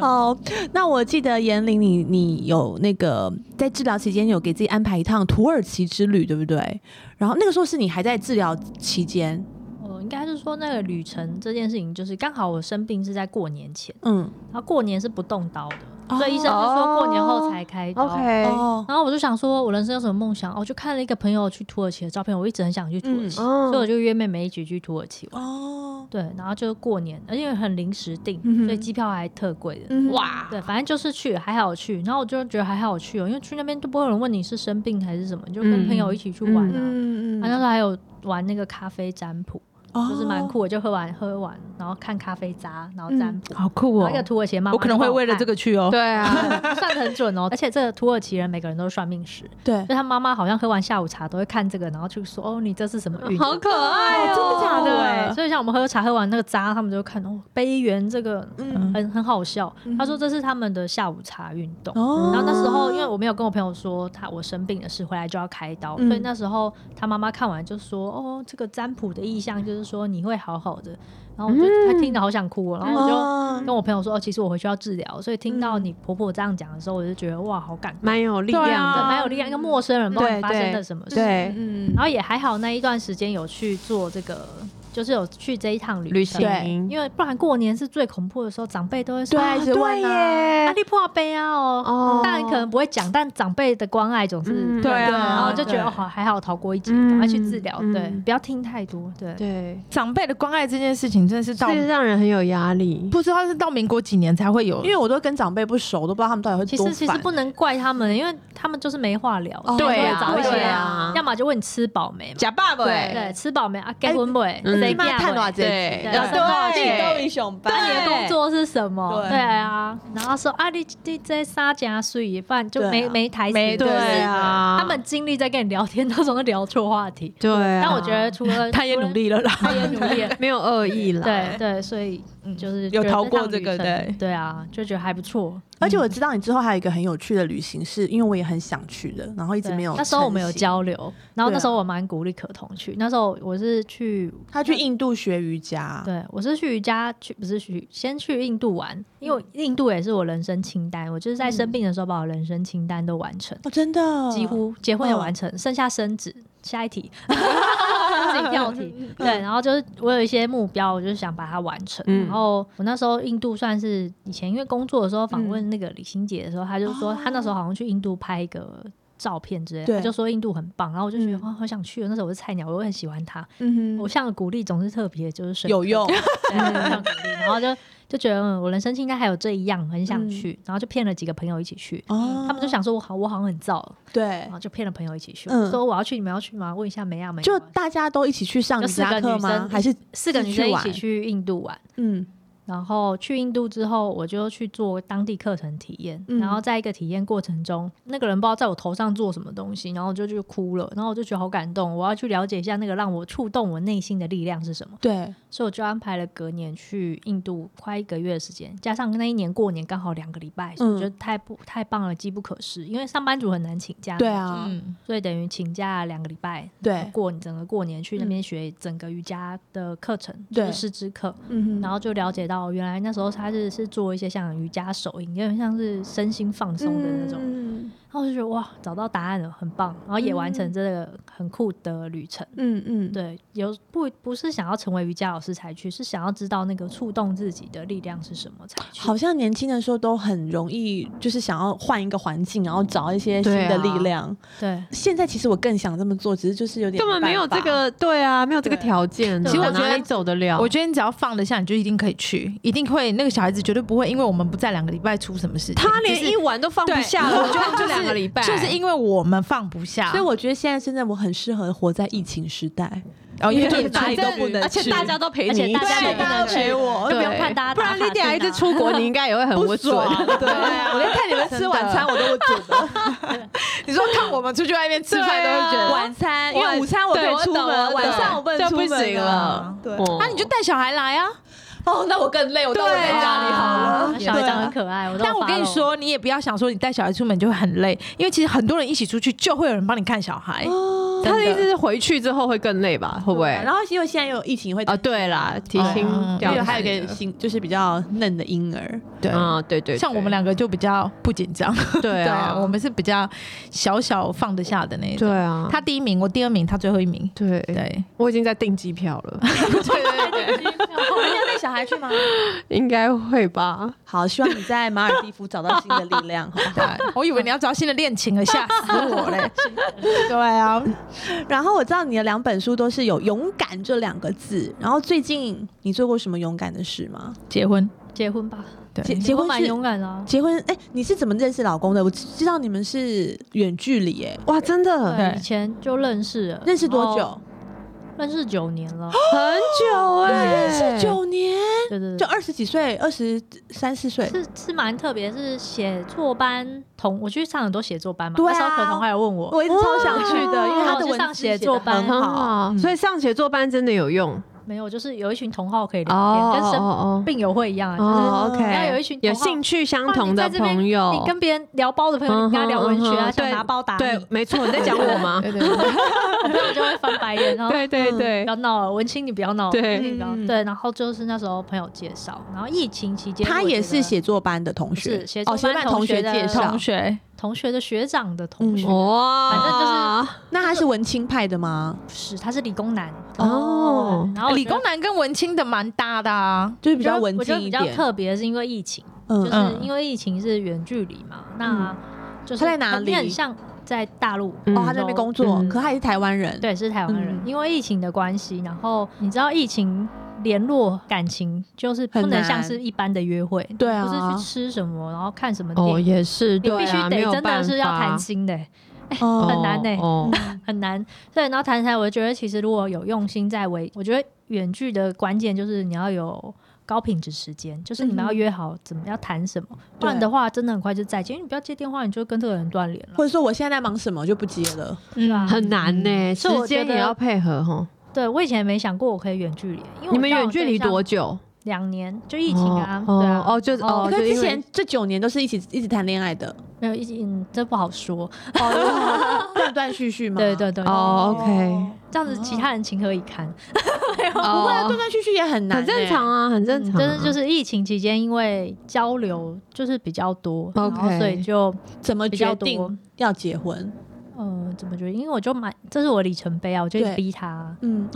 Speaker 1: 哦，那我记得严玲，你你有那个在治疗期间有给自己安排一趟土耳其之旅，对不对？然后那个时候是你还在治疗期间，
Speaker 2: 我哦应该是说那个旅程这件事情，就是刚好我生病是在过年前，
Speaker 1: 嗯，
Speaker 2: 然后过年是不动刀的，
Speaker 1: 哦
Speaker 2: 所以医生就说过年后才开刀。
Speaker 1: 哦，
Speaker 2: 然后我就想说，我人生有什么梦想？哦我就看了一个朋友去土耳其的照片，我一直很想去土耳其，
Speaker 1: 嗯
Speaker 2: 所以我就约妹妹一起去土耳其玩。
Speaker 1: 哦，
Speaker 2: 对，然后就是过年，而且很临时订，
Speaker 1: 嗯哼
Speaker 2: 所以机票还特贵的。
Speaker 1: 嗯哼
Speaker 3: 哇，
Speaker 2: 对，反正就是去，还好去。然后我就觉得还好去哦，因为去那边都不会有人问你是生病还是什么，你就跟朋友一起去玩啊。
Speaker 1: 嗯
Speaker 2: 啊，那时候还有玩那个咖啡占卜，
Speaker 1: 哦
Speaker 2: 就是蛮酷的，就喝完喝完，然后看咖啡渣，然后占卜。
Speaker 3: 好酷
Speaker 2: 然
Speaker 3: 哦
Speaker 2: 后一！个土耳其的妈妈
Speaker 3: 我可能会为了这
Speaker 2: 个
Speaker 3: 个去哦。
Speaker 4: 对啊，
Speaker 2: 算的很准哦，而且这个土耳其人每个人都是算命师，
Speaker 1: 对
Speaker 2: 所以，他妈妈好像喝完下午茶都会看这个，然后就说哦，你这是什么运？
Speaker 4: 好可爱
Speaker 1: 啊
Speaker 4: 哦，
Speaker 1: 真的假
Speaker 2: 对，所以像我们喝茶喝完那个渣，他们就看哦，杯缘这个
Speaker 1: 嗯
Speaker 2: 很很好笑
Speaker 1: 嗯。
Speaker 2: 他说这是他们的下午茶运动。
Speaker 1: 哦
Speaker 2: 然后那时候，因为我没有跟我朋友说他我生病的事，回来就要开刀，
Speaker 1: 嗯
Speaker 2: 所以那时候他妈妈看完就说：“哦，这个占卜的意象就是说你会好好的。”然后我就
Speaker 4: 嗯
Speaker 2: 他听得好想哭哦，然后我就
Speaker 1: 哦
Speaker 2: 跟我朋友说：“哦，其实我回去要治疗。”所以听到你婆婆这样讲的时候，我就觉得哇，好感动，
Speaker 4: 蛮有力
Speaker 3: 对
Speaker 4: 量
Speaker 3: 啊
Speaker 4: 的。
Speaker 2: 蛮有力量。一个陌生人不知道
Speaker 4: 嗯对
Speaker 2: 你发生了什么事，
Speaker 4: 对，
Speaker 1: 嗯
Speaker 2: 然后也还好那一段时间有去做这个，就是有去这一趟旅
Speaker 4: 旅
Speaker 2: 程
Speaker 1: 对
Speaker 4: 行
Speaker 2: 因为不然过年是最恐怖的时候，长辈都会说。
Speaker 1: 对，
Speaker 2: 啊
Speaker 1: 一直问啊，
Speaker 2: 啊，你破杯啊
Speaker 4: 哦
Speaker 2: 哦，当然可能不会讲，但长辈的关爱总
Speaker 4: 嗯
Speaker 2: 是
Speaker 3: 对啊
Speaker 2: 然后就觉
Speaker 3: 对
Speaker 2: 得哦，好还好逃过一劫，
Speaker 4: 嗯
Speaker 2: 赶快去治疗，
Speaker 4: 嗯
Speaker 2: 对，不要听太多，对，
Speaker 4: 对，
Speaker 3: 长辈的关爱这件事情，真的是到
Speaker 4: 是让人很有压力。
Speaker 3: 不知道是到民国几年才会有，
Speaker 1: 因为我都跟长辈不熟，我都不知道他们到底会
Speaker 2: 其
Speaker 1: 多
Speaker 2: 实其实
Speaker 1: 烦
Speaker 2: 不能怪他们，因为他们就是没话聊，
Speaker 1: 哦
Speaker 2: 所以
Speaker 1: 对
Speaker 2: 就
Speaker 1: 啊
Speaker 2: 会找一
Speaker 1: 对
Speaker 2: 些
Speaker 4: 啊，
Speaker 2: 要么就问你吃饱没嘛，
Speaker 4: 假爸爸
Speaker 3: 对
Speaker 2: 对，吃饱没啊？该问问，
Speaker 4: 嗯
Speaker 2: 谁
Speaker 1: 你妈
Speaker 2: 嫁
Speaker 1: 看
Speaker 2: 没
Speaker 1: 多少钱？
Speaker 2: 对
Speaker 1: 然后
Speaker 4: 对
Speaker 1: 地都英雄班，
Speaker 2: 那你的工作是什么？
Speaker 1: 对
Speaker 2: 对啊，然后说啊，你你这沙加水，不然就
Speaker 1: 对啊
Speaker 2: 没没台词。
Speaker 3: 没对
Speaker 2: 就是
Speaker 4: 啊
Speaker 2: 他们经历在跟你聊天，到时候聊错话题。
Speaker 4: 对啊，。
Speaker 2: 但我觉得除了
Speaker 3: 他也努，力了啦。
Speaker 2: 除了他也努力了
Speaker 4: 没有恶意啦。
Speaker 2: 对对，所以嗯就是
Speaker 3: 有
Speaker 2: 觉得
Speaker 3: 逃过
Speaker 2: 趟
Speaker 3: 这
Speaker 2: 旅
Speaker 3: 个
Speaker 2: 程
Speaker 3: 对
Speaker 2: 对啊，就觉得还不错。嗯
Speaker 1: 而且我知道你之后还有一个很有趣的旅行，是因为我也很想去的，然后一直
Speaker 2: 对
Speaker 1: 没有。
Speaker 2: 那时候我们有，交流，然后那时候我蛮鼓励可彤去。那时候我是去
Speaker 1: 他去印度学瑜伽，
Speaker 2: 对，我是去瑜伽去，不是去先去印度玩，因为我印度也是我人生清单，我就是在生病的时候把我人生清单都完成，
Speaker 1: 哦，真的，
Speaker 2: 几乎结婚也
Speaker 1: 嗯
Speaker 2: 完成，剩下升职。下 一题，自己跳题。
Speaker 1: 嗯
Speaker 2: 对，然后就是我有一些目标，我就是想把它完成。
Speaker 4: 嗯
Speaker 2: 然后我那时候印度算是以前因为工作的时候访问那个李心洁的时候，她就说
Speaker 1: 嗯哦
Speaker 2: 她那时候好像去印度拍一个。照片之类的，
Speaker 1: 对
Speaker 2: 她就说印度很棒，然后我就觉得
Speaker 1: 嗯
Speaker 2: 哇，好想去哦。那时候我是菜鸟，我又很喜欢他，
Speaker 1: 嗯
Speaker 2: 偶
Speaker 1: 哼，
Speaker 2: 像的鼓励总是特别就是深刻
Speaker 1: 有嗯用，
Speaker 2: 对就是这样鼓励然后就就觉得、嗯、我人生清单还有这一样，很想去，然后就骗了几个朋友一起去。
Speaker 1: 嗯哦
Speaker 2: 他们就想说我好，我好像很燥，
Speaker 1: 对
Speaker 2: 然，哦后就骗了朋友一起去，
Speaker 1: 嗯
Speaker 2: 说我要去，你们要去吗？问一下没啊没啊。
Speaker 1: 就大家都一起去上
Speaker 2: 就
Speaker 1: 瑜
Speaker 2: 四个
Speaker 1: 伽
Speaker 2: 女
Speaker 1: 课
Speaker 2: 生
Speaker 1: 吗？还是
Speaker 2: 四个女生
Speaker 1: 去
Speaker 2: 一
Speaker 1: 玩
Speaker 2: 起去印度玩，
Speaker 1: 嗯
Speaker 2: 然后去印度之后，我就去做当地课程体验，
Speaker 1: 嗯
Speaker 2: 然后在一个体验过程中，那个人不知道在我头上做什么东西，然后我就去哭了，然后我就觉得好感动，我要去了解一下那个让我触动我内心的力量是什么。
Speaker 1: 对
Speaker 2: 所以我就安排了隔年去印度快一个月的时间，加上那一年过年刚好两个礼拜，所以
Speaker 1: 嗯
Speaker 2: 我觉得太不太棒了，机不可失。因为上班族很难请假，
Speaker 1: 对，啊，
Speaker 3: 嗯，
Speaker 2: 所以等于请假两个礼拜，
Speaker 1: 对，嗯
Speaker 2: 过你整个过年去那边学整个瑜伽的课程，
Speaker 1: 对
Speaker 2: 就是师资课，
Speaker 1: 嗯
Speaker 2: 然
Speaker 1: 哼，
Speaker 2: 后就了解到原来那时候他是是做一些像瑜伽手印，有点像是身心放松的那种。
Speaker 1: 嗯
Speaker 2: 然后我就觉得哇，找到答案了，很棒，然后也完成这个很酷的旅程。
Speaker 1: 嗯嗯，
Speaker 2: 对，有不不是想要成为瑜伽老师才去，是想要知道那个触动自己的力量是什么才去。
Speaker 1: 好像年轻的时候都很容易，就是想要换一个环境，然后找一些新
Speaker 4: 对
Speaker 1: 的
Speaker 4: 啊
Speaker 1: 力量。
Speaker 2: 对，
Speaker 1: 现在其实我更想这么做，只是就是有点
Speaker 4: 根本没有
Speaker 1: 办
Speaker 4: 这
Speaker 1: 法。
Speaker 4: 个，对啊，没有这个
Speaker 1: 对
Speaker 4: 条
Speaker 1: 嗯
Speaker 4: 件啊。
Speaker 2: 其实我
Speaker 4: 哪
Speaker 3: 觉得
Speaker 4: 里走得了，
Speaker 3: 我觉得你只要放得下，你就一定可以去，一定会那个小孩子绝对不会因为我们不在两个礼拜出什么事情。
Speaker 4: 他
Speaker 3: 就
Speaker 4: 连
Speaker 3: 是
Speaker 4: 一碗都放不
Speaker 3: 对
Speaker 4: 下了，我觉得
Speaker 3: 就是
Speaker 4: 两上个礼拜
Speaker 3: 就是因为我们放不下，
Speaker 4: 啊
Speaker 1: 所以我觉得现在真的我很适合活在疫情时代，
Speaker 3: 哦因为
Speaker 1: 就
Speaker 3: 就是
Speaker 1: 哪里都不能
Speaker 4: 而且
Speaker 1: 去
Speaker 4: 大家都陪
Speaker 2: 而
Speaker 4: 你
Speaker 2: 且
Speaker 4: 一
Speaker 2: 大家
Speaker 4: 起
Speaker 2: 也
Speaker 3: 对
Speaker 2: 不
Speaker 3: 大家
Speaker 2: 能
Speaker 3: 陪
Speaker 2: 去，
Speaker 3: 我
Speaker 2: 就不
Speaker 4: 对
Speaker 2: 用看大家
Speaker 4: 不
Speaker 2: 打卡
Speaker 4: 然
Speaker 2: 去哪，
Speaker 4: 你等下一直出 国，你应该也会很
Speaker 1: 不
Speaker 4: 不
Speaker 1: 准
Speaker 4: 准。。
Speaker 1: 对 啊，我连看你们吃晚餐我都会准的。
Speaker 3: 你说看我们出去外面吃饭都会觉
Speaker 4: 对啊
Speaker 3: 得。
Speaker 1: 晚餐，因为
Speaker 4: 晚
Speaker 1: 午餐我可
Speaker 4: 对
Speaker 1: 以
Speaker 4: 我
Speaker 1: 出
Speaker 4: 懂了
Speaker 3: 啊
Speaker 1: 门，晚
Speaker 4: 对
Speaker 1: 上我不能出
Speaker 4: 就不
Speaker 1: 门啊
Speaker 4: 行了
Speaker 1: 对，
Speaker 4: 哦
Speaker 3: 那你就带小孩来啊！
Speaker 1: 哦，那我更累，我到我
Speaker 4: 对
Speaker 1: 在
Speaker 4: 啊
Speaker 1: 家里好了。
Speaker 2: 小孩
Speaker 1: 对
Speaker 2: 长
Speaker 1: 啊
Speaker 2: 很可爱，我都有
Speaker 3: 但我跟你
Speaker 2: follow
Speaker 3: 说，你也不要想说你带小孩出门就会很累，因为其实很多人一起出去就会有人帮你看小孩。
Speaker 4: 他的
Speaker 3: 真的
Speaker 4: 意思是回去之后会更累吧？会不会？
Speaker 1: 啊然后因为现在又有疫情会
Speaker 4: 啊，对啦，提心
Speaker 3: 哦
Speaker 4: 吊
Speaker 1: 因为
Speaker 4: 胆。
Speaker 1: 还有一个新就是比较嫩的婴儿，
Speaker 3: 对
Speaker 4: 嗯，对对，对
Speaker 3: 像我们两个就比较不紧张，
Speaker 4: 对啊，
Speaker 3: 我们是比较小小放得下的那一种。
Speaker 4: 对啊，
Speaker 3: 他第一名，我第二名，他最后一名。
Speaker 4: 对，
Speaker 3: 对，
Speaker 4: 我已经在订机票了，
Speaker 2: 哦
Speaker 1: 你要带小孩去吗？
Speaker 4: 应该会吧？
Speaker 1: 好，希望你在马尔蒂夫找到新的力量，好 不好？
Speaker 3: 我以为你要找新的恋情了，吓死我嘞！
Speaker 1: 对啊，然后我知道你的两本书都是有“勇敢”这两个字，然后最近你做过什么勇敢的事吗？
Speaker 3: 结婚，
Speaker 2: 结婚吧，
Speaker 3: 对
Speaker 1: 结
Speaker 2: 结
Speaker 1: 婚
Speaker 2: 婚嗯蛮
Speaker 1: 是
Speaker 2: 勇敢的啊。
Speaker 1: 结婚，哎、你是怎么认识老公的？我只知道你们是远距离，哎，
Speaker 4: 哇，真的
Speaker 2: 对，
Speaker 3: 对
Speaker 2: 以前就认识了，
Speaker 1: 认识多
Speaker 2: 然后？
Speaker 1: 久？
Speaker 2: 认识九年了，
Speaker 4: 很久哎，
Speaker 1: 认识九年，
Speaker 2: 对对对，
Speaker 1: 就二十几岁，二十三四岁，
Speaker 2: 是是蛮特别，是写作班同，我去上很多写作班嘛。
Speaker 1: 对啊
Speaker 2: 那时候
Speaker 3: 哦
Speaker 2: 可彤还有问我，
Speaker 1: 哦我一直超想去的，因为他的文
Speaker 2: 哦上
Speaker 1: 字写
Speaker 2: 写作
Speaker 1: 作
Speaker 2: 班
Speaker 1: 很
Speaker 4: 很
Speaker 1: 好。
Speaker 4: 好，
Speaker 3: 嗯
Speaker 4: 啊所以上写作班真的有用
Speaker 2: 没有，就是有一群同好可以聊天，
Speaker 4: 哦
Speaker 2: 跟生
Speaker 4: 哦
Speaker 2: 病友会一样啊。就是
Speaker 4: 哦
Speaker 1: 对
Speaker 2: 要有
Speaker 4: ，OK，
Speaker 2: 一群
Speaker 4: 有
Speaker 2: 同好
Speaker 4: 兴趣相
Speaker 2: 不然
Speaker 4: 同
Speaker 2: 你
Speaker 4: 的
Speaker 2: 在这边
Speaker 4: 朋友，
Speaker 2: 你跟别人聊包的朋友，
Speaker 4: 嗯
Speaker 2: 你跟他聊文学
Speaker 4: 哼嗯
Speaker 2: 啊，
Speaker 4: 哼
Speaker 2: 想
Speaker 4: 对
Speaker 2: 拿包打
Speaker 4: 对
Speaker 2: 你，，
Speaker 4: 没错，你在讲 我吗？
Speaker 3: 对对对
Speaker 2: 我朋友就会翻白眼，然后
Speaker 4: 对对对
Speaker 2: 不要闹了，文青你不要闹了，
Speaker 4: 对
Speaker 2: 你不要
Speaker 1: 嗯
Speaker 2: 对，然后就是那时候朋友介绍，然后疫情期间
Speaker 1: 他
Speaker 2: 我
Speaker 1: 也
Speaker 2: 觉得
Speaker 1: 是写作班的同学
Speaker 2: 是，写
Speaker 1: 哦，
Speaker 2: 作
Speaker 1: 写
Speaker 2: 班
Speaker 1: 同
Speaker 2: 同
Speaker 1: 学
Speaker 2: 学的
Speaker 1: 介绍
Speaker 3: 同。学，
Speaker 2: 同学的学长的同
Speaker 4: 嗯
Speaker 2: 学，嗯
Speaker 4: 哇，
Speaker 2: 反正就是
Speaker 1: 那他是文青派的吗？
Speaker 2: 不是他是理工男，
Speaker 4: 哦
Speaker 2: 对然后我
Speaker 3: 理
Speaker 2: 觉得
Speaker 3: 工男跟文青的蛮搭的啊。
Speaker 1: 就是比较
Speaker 2: 我觉得
Speaker 1: 文
Speaker 2: 我觉
Speaker 1: 静
Speaker 2: 得
Speaker 1: 一
Speaker 2: 比较
Speaker 1: 点。
Speaker 2: 特别，是因为疫情，
Speaker 1: 嗯
Speaker 2: 就是因为疫情是远距离嘛，那就是
Speaker 1: 他在哪里
Speaker 2: 有点像在大陆，
Speaker 4: 嗯
Speaker 1: 哦，他在那边工作，
Speaker 4: 嗯
Speaker 1: 可他也是台湾人。
Speaker 2: 对，是台湾人，
Speaker 1: 嗯
Speaker 2: 因为疫情的关系，然后你知道疫情联络感情就是不
Speaker 1: 很
Speaker 2: 能
Speaker 1: 难
Speaker 2: 像是一般的约会，
Speaker 1: 对啊
Speaker 2: 不是去吃什么，然后看什么电
Speaker 4: 哦，
Speaker 2: 影，
Speaker 4: 也是，
Speaker 2: 你
Speaker 4: 对
Speaker 2: 必须
Speaker 4: 啊
Speaker 2: 得
Speaker 4: 没有
Speaker 2: 真的是要
Speaker 4: 办法
Speaker 2: 谈心的、
Speaker 1: 哦，
Speaker 2: 很难欸
Speaker 4: 哦
Speaker 2: 很难。对，然后谈起来，我觉得其实如果有用心在维，我觉得远距的关键就是你要有高品质时间，就是你们
Speaker 1: 嗯哼
Speaker 2: 要约好怎么要谈什么，不然
Speaker 1: 对
Speaker 2: 的话真的很快就再见，因为你不要接电话，你就跟这个人断联了。
Speaker 1: 或者说我现在在忙什么，我就不接了。
Speaker 2: 嗯啊，
Speaker 4: 很难呢，时
Speaker 2: 所以我觉
Speaker 4: 间
Speaker 2: 得
Speaker 4: 也要配合哈。
Speaker 2: 对我以前没想过我可以远距离，因为我
Speaker 4: 你们
Speaker 2: 交往
Speaker 4: 远距离
Speaker 2: 对象
Speaker 4: 多久？
Speaker 2: 两年，就疫情啊，
Speaker 4: 哦
Speaker 2: 对啊，
Speaker 4: 哦就是哦
Speaker 1: 可
Speaker 4: 就是因
Speaker 1: 之
Speaker 4: 为
Speaker 1: 前这九年都是一起一直谈恋爱的，
Speaker 2: 没有疫情，嗯这不好说。
Speaker 1: 断断续续嘛。
Speaker 2: 哦啊对对对，
Speaker 4: 哦，OK，
Speaker 2: 这样子其他人情何以堪？
Speaker 1: 不会啊，断
Speaker 4: 哦，
Speaker 1: 断续续也很难，欸
Speaker 4: 很正常。啊，很正
Speaker 2: 嗯
Speaker 4: 常啊，
Speaker 2: 但是就是疫情期间，因为交流就是比较多
Speaker 4: OK
Speaker 2: 然后所以就
Speaker 1: 怎么
Speaker 2: 比较
Speaker 1: 决
Speaker 2: 多
Speaker 1: 定。要结婚？
Speaker 2: 呃，怎么觉得？因为我就买，这是我里程碑啊，我就一直
Speaker 1: 对
Speaker 2: 逼他，
Speaker 1: 嗯，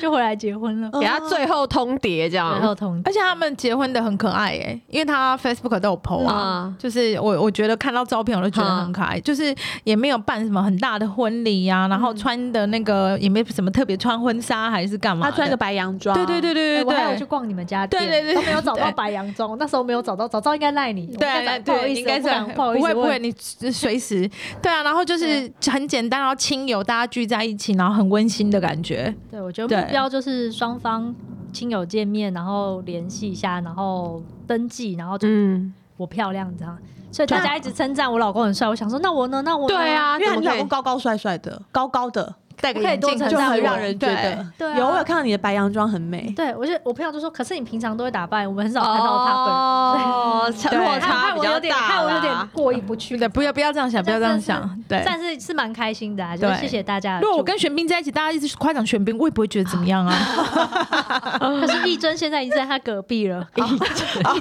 Speaker 2: 就回来结婚了，
Speaker 4: 给他
Speaker 1: 嗯
Speaker 4: 最后通牒
Speaker 3: 啊
Speaker 4: 这
Speaker 2: 然后
Speaker 4: 样
Speaker 2: 同
Speaker 3: 而且他们结婚的很可爱哎、因为他 Facebook 都有 PO 啊。
Speaker 4: 啊。
Speaker 3: 就是我，我觉得看到照片我都觉得很可爱，就是也没有办什么很大的婚礼呀、然后穿的那个也没什么特别穿婚纱还是干嘛
Speaker 1: 他
Speaker 3: 的，
Speaker 1: 穿个白洋装。
Speaker 3: 对对对
Speaker 2: 哎
Speaker 3: 对对
Speaker 2: 我还有
Speaker 3: 对
Speaker 2: 去逛你们家店，
Speaker 3: 对对对
Speaker 2: 都没有找到
Speaker 3: 对
Speaker 2: 白洋装，我那时候没有找到，早知道应该赖你，我应
Speaker 3: 对对啊
Speaker 2: 该找不好意
Speaker 3: 对，
Speaker 2: 思，
Speaker 3: 应该
Speaker 2: 我不
Speaker 3: 是
Speaker 2: 敢不好意
Speaker 3: 不
Speaker 2: 思
Speaker 3: 会
Speaker 2: 问，
Speaker 3: 不会，你随 时对啊，然后就是很简单，然后亲友大家聚在一起，然后很温馨的感觉，
Speaker 2: 对，我觉得目
Speaker 3: 对
Speaker 2: 标就是双方亲友见面，然后联系一下，然后登记，然后就
Speaker 4: 嗯，
Speaker 2: 我漂亮这样。所以大家一直称赞我老公很帅，我想说那我呢？那我呢
Speaker 4: 对，啊，
Speaker 1: 因为
Speaker 4: 怎
Speaker 1: 你
Speaker 4: 么
Speaker 1: 老
Speaker 4: 可以
Speaker 1: 公高高帅帅的，高高的，
Speaker 3: 戴个
Speaker 2: 可以
Speaker 3: 眼
Speaker 2: 多
Speaker 3: 镜
Speaker 2: 称
Speaker 1: 就
Speaker 2: 赞
Speaker 1: 很
Speaker 2: 我
Speaker 1: 让人觉得。
Speaker 2: 对啊
Speaker 1: 有我有看到你的白洋装很美。
Speaker 2: 对我就我朋友就说，可是你平常都会打扮，我们很少看到他本人。
Speaker 4: 哦，差
Speaker 3: 对
Speaker 4: 落
Speaker 2: 害
Speaker 4: 差比
Speaker 2: 我
Speaker 4: 较
Speaker 2: 有点，害
Speaker 4: 大啦，
Speaker 2: 我有点过意不去
Speaker 3: 对，。不要不要这样想，不要这样想，对。
Speaker 2: 但是是蛮开心的啊，就是
Speaker 3: 对
Speaker 2: 谢谢大家的
Speaker 3: 如
Speaker 2: 祝福。
Speaker 3: 果我跟玄彬在一起，大家一直夸奖玄彬，我也不会觉得怎么样 啊。
Speaker 2: 可是一真现在已经在他隔壁 了，
Speaker 1: 哦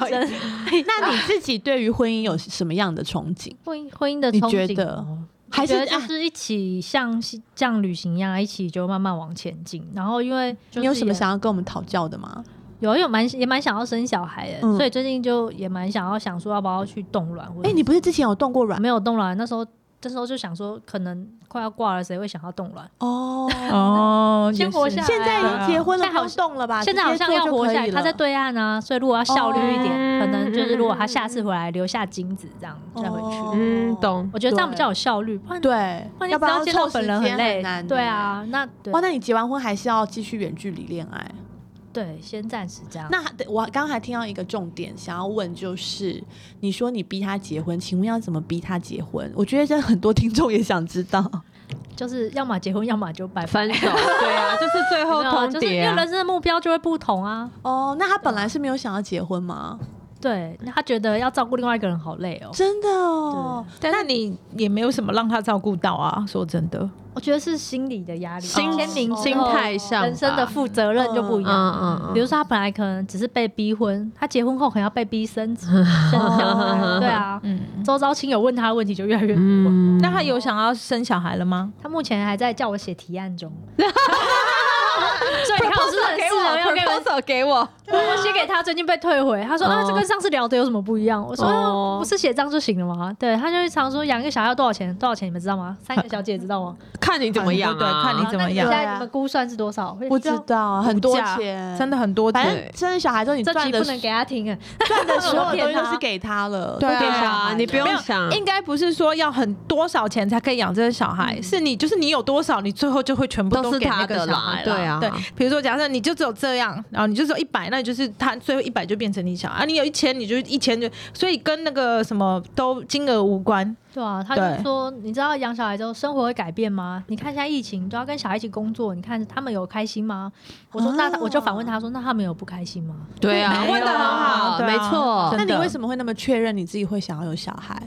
Speaker 2: 一真
Speaker 1: 那你自己对于婚姻有什么样的憧憬？
Speaker 2: 婚姻婚姻的
Speaker 1: 你
Speaker 2: 憧
Speaker 1: 觉
Speaker 2: 憬
Speaker 1: 得
Speaker 2: 哦
Speaker 1: 还是
Speaker 2: 觉得就
Speaker 1: 啊
Speaker 2: 是一起像像旅行一样，一起就慢慢往前进。然后因为就是嗯
Speaker 1: 你有什么
Speaker 2: 也
Speaker 1: 想要跟我们讨教的吗？
Speaker 2: 有有蛮也蛮想要生小孩的，
Speaker 1: 嗯
Speaker 2: 所以最近就也蛮想要想说要不要去冻卵或者。
Speaker 1: 哎，你不是之前有动过卵？
Speaker 2: 没有冻卵？那时候这时候就想说，可能快要挂了，谁会想要冻卵？
Speaker 1: 哦。
Speaker 3: 哦，
Speaker 2: 先
Speaker 3: 也是
Speaker 2: 活下来
Speaker 1: 现在结婚了，
Speaker 2: 现在好
Speaker 1: 不用动了吧？
Speaker 2: 现在好
Speaker 1: 啊直接
Speaker 2: 像
Speaker 1: 做
Speaker 2: 要
Speaker 1: 就
Speaker 2: 活
Speaker 1: 可
Speaker 2: 下来，
Speaker 1: 以
Speaker 2: 他在
Speaker 1: 了
Speaker 2: 对岸啊，所以如果要效率一点，
Speaker 4: 哦
Speaker 2: 可能就是如果他下次回来留下精子这样再回去，
Speaker 1: 嗯哦
Speaker 4: 嗯，懂。
Speaker 2: 我觉得这样比较有效率。不然，
Speaker 1: 对
Speaker 2: 不，然你
Speaker 1: 要
Speaker 2: 只要
Speaker 1: 然
Speaker 2: 见
Speaker 1: 凑
Speaker 2: 到
Speaker 1: 时
Speaker 2: 本人
Speaker 1: 间很
Speaker 2: 很累，
Speaker 1: 难
Speaker 2: 对
Speaker 1: 呢
Speaker 2: 啊，那对
Speaker 1: 哇，那你结完婚还是要继续远距离恋爱？
Speaker 2: 对，先暂时这样。
Speaker 1: 那还我刚还听到一个重点，想要问就是，你说你逼他结婚，请问要怎么逼他结婚？我觉得这很多听众也想知道。
Speaker 2: 就是要么结婚，要么就拜拜
Speaker 4: 分手，对啊，就是最后
Speaker 2: 没有啊
Speaker 4: 通
Speaker 2: 就是因为
Speaker 4: 牒啊
Speaker 2: 人生的目标就会不同啊。
Speaker 1: 哦，那他本来是没有想要结婚吗？
Speaker 2: 对，那他觉得要照顾另外一个人好累哦。
Speaker 1: 真的哦，
Speaker 3: 但是你也没有什么让他照顾到啊。说真的，
Speaker 2: 我觉得是心理的压力，
Speaker 4: 心
Speaker 2: 年龄之后
Speaker 4: 心态上吧
Speaker 2: 人生的负责任就不一样。
Speaker 4: 嗯嗯嗯
Speaker 2: 比如说，他本来可能只是被逼婚，他结婚后可能要被逼生 子、生小孩，对啊。
Speaker 3: 嗯，
Speaker 2: 周遭亲友问他的问题就越来越多。
Speaker 4: 嗯，
Speaker 3: 那他有想要生小孩了吗？
Speaker 2: 他目前还在叫我写提 案中，所以你看我是不是很
Speaker 4: 给
Speaker 2: 适合要给我
Speaker 4: 我手给我，
Speaker 2: 我写给他，最近被退回。他说、
Speaker 4: 哦
Speaker 2: 啊，这跟上次聊的有什么不一样？我说、
Speaker 4: 哦
Speaker 2: 啊不是写账就行了吗？对，他就会常说养一个小孩要多少钱？多少钱？你们知道吗？三个小姐知道吗？
Speaker 4: 看你 怎么样
Speaker 3: 对
Speaker 4: 啊，
Speaker 3: 看你怎么样
Speaker 2: 那你现在你们估算是多少？
Speaker 1: 不知道，很多
Speaker 3: 无价
Speaker 1: 钱，
Speaker 3: 真的。很多
Speaker 1: 反
Speaker 3: 钱，
Speaker 1: 正生了小孩之后，你
Speaker 2: 这
Speaker 1: 赚
Speaker 2: 集
Speaker 1: 的
Speaker 2: 不能给他 听啊。
Speaker 1: 赚的所有
Speaker 2: 骗
Speaker 1: 东西
Speaker 2: 他
Speaker 1: 都是给他了，
Speaker 3: 对
Speaker 1: 都
Speaker 3: 啊
Speaker 1: 给
Speaker 4: 对
Speaker 1: 小
Speaker 4: 啊，
Speaker 1: 孩
Speaker 4: 你
Speaker 1: 了
Speaker 4: 不用想，
Speaker 3: 应该不是说要很多少钱才可以养这个小孩，是你就是你有多少，你最后就会全部
Speaker 4: 嗯都是
Speaker 3: 给那
Speaker 4: 他的
Speaker 3: 个小
Speaker 4: 啦
Speaker 3: 孩啦
Speaker 4: 对啊
Speaker 3: 对，比如说假设你就只有这样，然后你就只有一百，那你就是他最后一百就变成你小孩，啊你有一千，你就一千就，所以跟那个什么都金额无关。
Speaker 2: 对啊，他就说，你知道养小孩之后生活会改变吗？你看现在疫情都要跟小孩一起工作，你看他们有开心吗？我说那、
Speaker 1: 啊
Speaker 2: 我就反问他说，那他们有不开心吗？
Speaker 4: 对啊，
Speaker 3: 没有
Speaker 4: 问的很好，
Speaker 3: 对啊
Speaker 4: 没错
Speaker 3: 真，
Speaker 1: 那
Speaker 3: 的
Speaker 1: 你为什么会那么确认你自己会想要有小孩？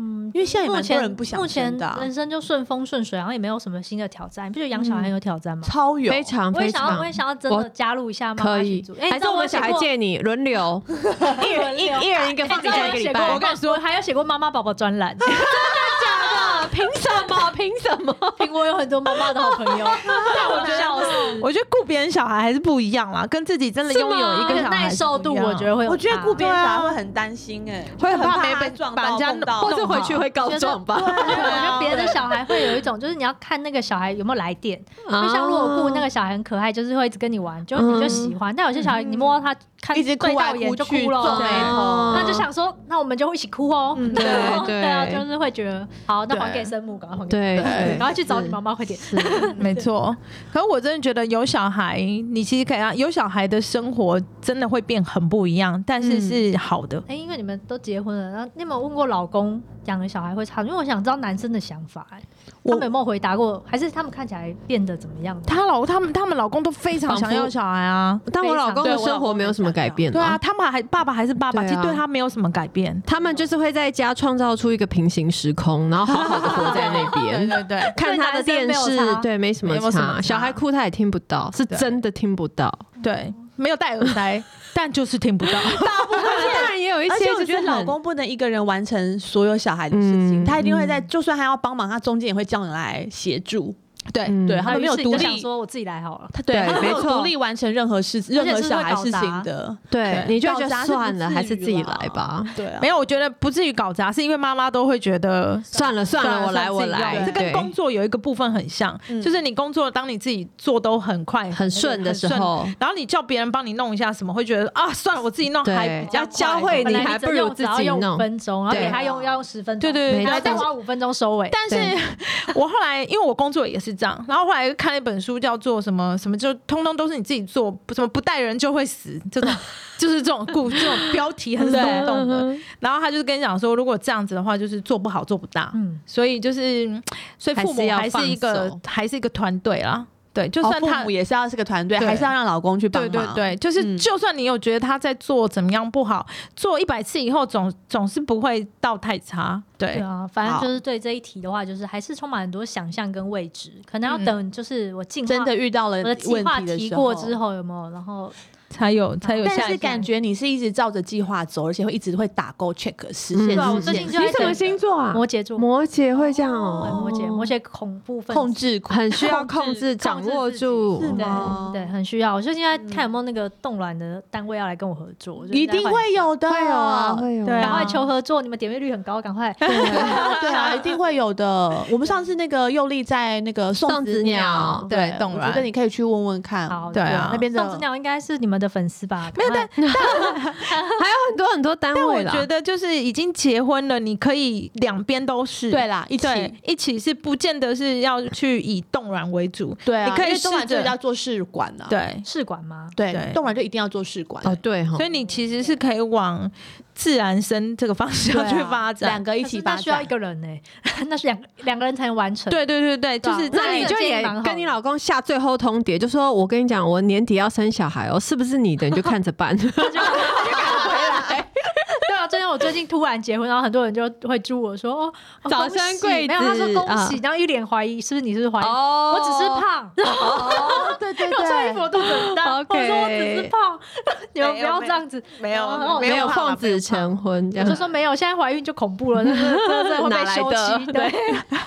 Speaker 2: 嗯，
Speaker 1: 因为现在也
Speaker 2: 目
Speaker 1: 蛮多
Speaker 2: 前
Speaker 1: 人不想
Speaker 2: 目前
Speaker 1: 生的啊，
Speaker 2: 人生就顺风顺水，然后也没有什么新的挑战。你不觉得养小孩很有挑战吗？
Speaker 1: 超有
Speaker 4: 非常
Speaker 2: 我也
Speaker 4: 非
Speaker 2: 想要，
Speaker 4: 常
Speaker 2: 我也想要真
Speaker 4: 我
Speaker 2: 的加入一下妈
Speaker 4: 可
Speaker 2: 妈
Speaker 4: 以
Speaker 2: 群组。，哎
Speaker 4: 还是我们小孩借你轮流，一人一一人一个放
Speaker 2: 你知
Speaker 4: 你
Speaker 2: 道
Speaker 4: 家
Speaker 2: 我
Speaker 4: 一
Speaker 2: 有
Speaker 4: 个礼
Speaker 2: 写过，
Speaker 4: 拜，
Speaker 2: 我跟你说，还有写过妈妈宝宝专栏，
Speaker 4: 假的，凭什么？凭什么？
Speaker 2: 苹果有很多妈妈的好朋友，让我笑死。
Speaker 3: 我觉得顾别人小孩还是不一样啦，跟自己真的
Speaker 4: 是
Speaker 3: 拥有一
Speaker 2: 那
Speaker 3: 个
Speaker 2: 个
Speaker 3: 小孩
Speaker 2: 耐受度，我觉得会有差，
Speaker 1: 我觉得顾别人
Speaker 3: 对
Speaker 1: 小
Speaker 3: 啊
Speaker 1: 孩会很担心、哎，
Speaker 3: 会很
Speaker 1: 很
Speaker 3: 怕没
Speaker 1: 他
Speaker 3: 被
Speaker 1: 撞
Speaker 3: 把
Speaker 1: 到
Speaker 3: 人家
Speaker 1: 碰到
Speaker 3: 弄
Speaker 4: 或者回去会告状吧？
Speaker 2: 啊我觉得别的小孩会有一种，就是你要看那个小孩有没有来电。啊就像如果顾那
Speaker 4: 个，
Speaker 2: 个小孩很可爱，就是会一直跟你玩，就
Speaker 4: 嗯
Speaker 2: 你就喜欢。但有些小孩你摸到他，看
Speaker 1: 一直哭
Speaker 2: 对
Speaker 1: 来
Speaker 2: 到眼
Speaker 1: 哭
Speaker 2: 就
Speaker 1: 去，
Speaker 2: 哭
Speaker 1: 皱
Speaker 2: 了，
Speaker 1: 眉
Speaker 2: 对
Speaker 1: 头。
Speaker 2: 那就想说，那我们就一起哭哦。
Speaker 3: 嗯
Speaker 4: 对对
Speaker 2: 对啊，就是会觉得好，那还
Speaker 1: 对
Speaker 2: 给生母，赶快还给，
Speaker 4: 对
Speaker 3: 对
Speaker 2: 然后去找你妈妈，快点。
Speaker 3: 没错，可是我真的觉得有小孩，你其实可以让有小孩的生活真的会变很不一样，但是是好的。
Speaker 2: 哎、因为你们都结婚了，然后你有没有问过老公养了小孩会差？因为我想知道男生的想法、哎，他
Speaker 1: 我
Speaker 2: 们有没有回答过？还是他们看起来变得怎么样？
Speaker 3: 她老他们他们老公都非常想要小孩啊，
Speaker 4: 但我老公的生活没有什么改变，哦
Speaker 3: 对啊，。他们还爸爸还是爸爸，
Speaker 4: 对啊
Speaker 3: 其实对他没有什么改变。
Speaker 4: 他们就是会在家创造出一个平行时空，然后好好的活在那
Speaker 3: 对
Speaker 4: 边，
Speaker 3: 对对，
Speaker 4: 看他的
Speaker 2: 对
Speaker 4: 电
Speaker 2: 男生没有
Speaker 4: 视，
Speaker 2: 差
Speaker 4: 对，没什么
Speaker 3: 没有什么
Speaker 4: 差。
Speaker 3: 差
Speaker 4: 小孩哭他也听不到，是真的听不到。
Speaker 3: 对，没有戴耳塞，但就是 听不到。
Speaker 4: 当然也有一
Speaker 1: 而
Speaker 4: 些
Speaker 1: 且我
Speaker 4: 就
Speaker 1: 觉得
Speaker 4: 是
Speaker 1: 老
Speaker 4: 很
Speaker 1: 公不能一个人完成所有小孩的事情，
Speaker 4: 嗯
Speaker 1: 他一定会在，就算他要帮忙，他中间也会叫你来协助。
Speaker 3: 对
Speaker 4: 嗯
Speaker 1: 对他
Speaker 2: 他
Speaker 1: 们没有独
Speaker 2: 想
Speaker 1: 立，
Speaker 2: 说我自己来好了。
Speaker 1: 他对
Speaker 4: 对
Speaker 1: 他们没有
Speaker 4: 没错
Speaker 1: 独立完成任何事，
Speaker 2: 而
Speaker 1: 任
Speaker 2: 且
Speaker 1: 何
Speaker 2: 是会
Speaker 1: 小孩事
Speaker 2: 搞砸
Speaker 1: 情的。
Speaker 4: 对，你就
Speaker 1: 搞
Speaker 4: 觉得
Speaker 1: 砸是
Speaker 4: 算
Speaker 1: 不
Speaker 4: 了，
Speaker 1: 至
Speaker 4: 还是
Speaker 1: 于
Speaker 4: 自己
Speaker 1: 啦
Speaker 4: 来吧。
Speaker 1: 对啊，
Speaker 3: 没有，我觉得不至于搞砸，是因为妈妈都会觉得
Speaker 4: 算了啊算了，我来我来。
Speaker 3: 这跟
Speaker 4: 对
Speaker 3: 工作有一个部分很像，
Speaker 1: 嗯
Speaker 3: 就是你工作当你自己做都很快
Speaker 4: 很顺的时，
Speaker 3: 很顺
Speaker 4: 候，
Speaker 3: 然后你叫别人帮你弄一下什么，会觉得啊，算了，我自己弄
Speaker 4: 对
Speaker 3: 还比较
Speaker 4: 要教会
Speaker 2: 本
Speaker 4: 你
Speaker 2: 来
Speaker 4: 还
Speaker 2: 只
Speaker 4: 不如
Speaker 2: 用
Speaker 4: 自
Speaker 2: 只要
Speaker 4: 己
Speaker 2: 用
Speaker 4: 弄
Speaker 2: 五分钟，然后
Speaker 4: 对
Speaker 2: 给他用要用十分
Speaker 3: 对
Speaker 2: 钟，
Speaker 3: 对对
Speaker 2: 然后
Speaker 4: 对
Speaker 2: 再花五分钟收尾。
Speaker 3: 但
Speaker 4: 对
Speaker 3: 是 我后来，因为我工作也是这样，然后后来看了一本书，叫做什么什么，就通通都是你自己做，不什么不带人就会死，这 种就是这种故这种标题很
Speaker 4: 对
Speaker 3: 耸动的。然后他就是跟你讲说，如果这样子的话，就是做不好做不大。
Speaker 2: 嗯，
Speaker 3: 所以就是，所以父母
Speaker 4: 还
Speaker 3: 还
Speaker 4: 是要
Speaker 3: 是一
Speaker 4: 放
Speaker 3: 个
Speaker 4: 手
Speaker 3: 还是一个团队啦。对，就
Speaker 1: 就
Speaker 3: 算
Speaker 1: 算
Speaker 3: 他
Speaker 1: 哦父母也是要是个团队，
Speaker 3: 对
Speaker 1: 还是要让老公去帮
Speaker 3: 对
Speaker 1: 忙。
Speaker 3: 对对，就是、
Speaker 1: 嗯
Speaker 3: 就算你有觉得他在做怎么样不好，做一百次以后总总是不会到太差。对，
Speaker 2: 对啊，反正就是对这一题的话，就是还是充满很多想象跟未知，可能要
Speaker 3: 嗯
Speaker 2: 等就是我进化
Speaker 1: 真的遇到了
Speaker 2: 我的计
Speaker 1: 问
Speaker 2: 划
Speaker 1: 题
Speaker 2: 提
Speaker 1: 时
Speaker 2: 过
Speaker 1: 候，
Speaker 2: 之后有没有，然后
Speaker 3: 才有才有下一
Speaker 1: 但
Speaker 3: 站。
Speaker 1: 是感觉你是一直照着计划走，而且会一直会打勾 check 实现。
Speaker 4: 嗯对
Speaker 2: 啊我
Speaker 1: 实现
Speaker 2: 最近就
Speaker 4: 你什么星座啊？
Speaker 2: 摩羯座，
Speaker 4: 摩羯会这样
Speaker 2: 对
Speaker 4: 哦，
Speaker 2: 摩羯，摩羯恐怖分子
Speaker 1: 控制狂
Speaker 4: 很需要控制、掌握住。
Speaker 1: 是吗嗯
Speaker 2: 对对，很需要。我就现在看有没有那个冻卵的单位要来跟我合作，
Speaker 1: 一定会哦有的，
Speaker 4: 会有啊，会有啊。
Speaker 3: 对
Speaker 2: 赶
Speaker 3: 啊
Speaker 2: 快求合作，你们点阅率很高，赶快。
Speaker 1: 对啊，一定会有的。我们上次那个佑丽在那个
Speaker 4: 送
Speaker 1: 送
Speaker 4: 子
Speaker 1: 子
Speaker 4: 鸟
Speaker 1: 鸟，
Speaker 3: 对冻
Speaker 1: 我
Speaker 3: 卵
Speaker 1: 觉得你可以去问问看。
Speaker 2: 好，
Speaker 3: 对啊
Speaker 1: 那边的
Speaker 2: 宋之鸟应该是你们的粉丝吧？没有，但
Speaker 4: 还有很多很多单
Speaker 3: 但我
Speaker 4: 位啦。
Speaker 3: 觉得就是已经结婚了，你可以两边都是
Speaker 1: 对啦，一起
Speaker 3: 对一起是不见得是要去以冻卵为主，
Speaker 1: 对啊，
Speaker 3: 你可以
Speaker 1: 因为冻卵
Speaker 3: 试着
Speaker 1: 就是要做试管啊。
Speaker 3: 对，
Speaker 2: 试管吗？
Speaker 1: 对，
Speaker 3: 对
Speaker 1: 冻卵就一定要做试管。
Speaker 4: 哦，对哈
Speaker 3: 所，以你其实是可以往自然生这个方
Speaker 1: 对
Speaker 3: 向
Speaker 1: 啊
Speaker 3: 去发
Speaker 1: 两
Speaker 3: 展。
Speaker 1: 个一
Speaker 2: 可
Speaker 1: 起
Speaker 2: 是那
Speaker 1: 发
Speaker 2: 需要
Speaker 1: 展
Speaker 2: 一。个人呢， 那是两两个人才能完成。
Speaker 3: 对对对对，
Speaker 2: 对
Speaker 3: 就
Speaker 2: 啊
Speaker 3: 是
Speaker 4: 那
Speaker 3: 在
Speaker 4: 你
Speaker 2: 这
Speaker 4: 就
Speaker 2: 个建议
Speaker 4: 也
Speaker 2: 蛮好的
Speaker 4: 跟你老公下最后通牒，就说我跟你讲，我年底要生小孩哦，是不是你的你就看着 办。
Speaker 2: 对啊，最近我最近突然结婚，然后很多人就会祝我说：“哦，哦
Speaker 4: 早
Speaker 2: 恭喜
Speaker 4: 生贵
Speaker 2: 没有，他
Speaker 4: 子
Speaker 2: 说恭
Speaker 4: 啊
Speaker 2: 喜，然后一脸怀疑，是不是你是不是怀疑？
Speaker 4: 哦
Speaker 2: 我只是胖，
Speaker 1: 对对
Speaker 2: 因为我穿衣服我肚子很大，我
Speaker 4: OK
Speaker 2: 说我只是胖， 你们不要这样子。
Speaker 3: 没有
Speaker 2: 然后
Speaker 4: 没有
Speaker 3: 胖
Speaker 4: 奉
Speaker 3: 啊没
Speaker 4: 子
Speaker 3: 有胖
Speaker 4: 成婚这
Speaker 2: 我
Speaker 4: 样
Speaker 2: 就。说没有，现在怀孕就恐怖了，真的真的会
Speaker 4: 哪
Speaker 2: 被
Speaker 4: 来
Speaker 2: 休
Speaker 4: 的
Speaker 2: 妻。对，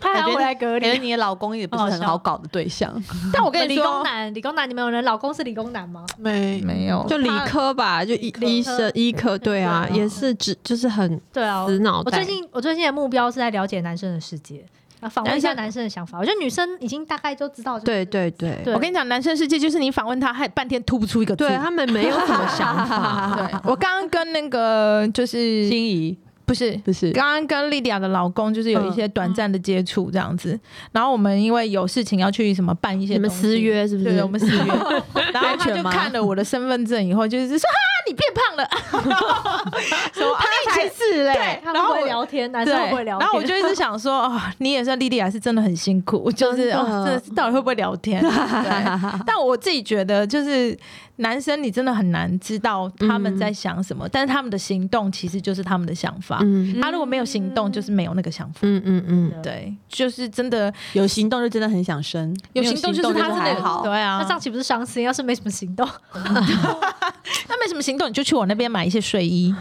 Speaker 2: 他还要回来隔
Speaker 1: 感觉
Speaker 2: 离。
Speaker 1: 你的老公也不是
Speaker 2: 好
Speaker 1: 很
Speaker 2: 笑
Speaker 1: 好搞的对象。
Speaker 3: 但我跟 你
Speaker 2: 理工
Speaker 3: 说，哦
Speaker 2: 男，理工男，你们有人老公是理工男吗？
Speaker 1: 没
Speaker 3: 没有
Speaker 4: 就理科吧，就医
Speaker 2: 科
Speaker 4: 医生、医科，对
Speaker 2: 对
Speaker 4: 啊，
Speaker 2: 啊
Speaker 4: 也是只就是很
Speaker 2: 对啊，
Speaker 4: 死脑
Speaker 2: 我
Speaker 4: 袋。
Speaker 2: 最近我最近的目标是在了解男生的世界，啊，访问一下男生的想法。我觉得女生已经大概就知道，就是
Speaker 4: 对对对
Speaker 2: 对
Speaker 3: 我跟你讲，男生世界就是你访问他，还半天吐不出一个字。
Speaker 4: 对，他们没有什么想 法。
Speaker 3: 对我刚刚跟那个就是
Speaker 1: 心仪
Speaker 3: 不是
Speaker 1: 不是
Speaker 3: 刚刚跟莉迪亚的老公就是有一些短暂的接触这样子，然后我们因为有事情要去什么办一些
Speaker 4: 你们
Speaker 3: 东西
Speaker 4: 私约是不
Speaker 3: 对，
Speaker 4: 是
Speaker 3: 我？们私约，然后
Speaker 1: 安
Speaker 3: 他
Speaker 1: 全
Speaker 3: 就
Speaker 1: 吗
Speaker 3: 看了我的身份证以后，就是说啊，你变胖了， 说啊
Speaker 4: 才是嘞
Speaker 3: 对，
Speaker 2: 他
Speaker 3: 然
Speaker 2: 们
Speaker 3: 后
Speaker 2: 会
Speaker 3: 我
Speaker 2: 聊天，男
Speaker 3: 对
Speaker 2: 生会不会聊天？
Speaker 3: 然后我就一直想说，哦，你也算莉莉亚是真的很辛苦，就
Speaker 1: 真
Speaker 3: 是
Speaker 1: 的
Speaker 3: 哦，真的是到底会不会聊天？对但我自己觉得，就是男生你真的很难知道他们在想什么，但是他们的行动其实就是他们的想法。
Speaker 4: 嗯
Speaker 3: 他如果没有行动，就是没有那个想法。
Speaker 4: 嗯嗯嗯，
Speaker 3: 对，就是真的
Speaker 1: 有行动就真的很想生，
Speaker 3: 有
Speaker 1: 没
Speaker 3: 行动，就是他真
Speaker 1: 还
Speaker 3: 的
Speaker 1: 好。
Speaker 3: 对啊
Speaker 2: 那，上期不是伤心，要是没什么行 动，
Speaker 3: 那没什么行动，你就去我那边买一些睡衣，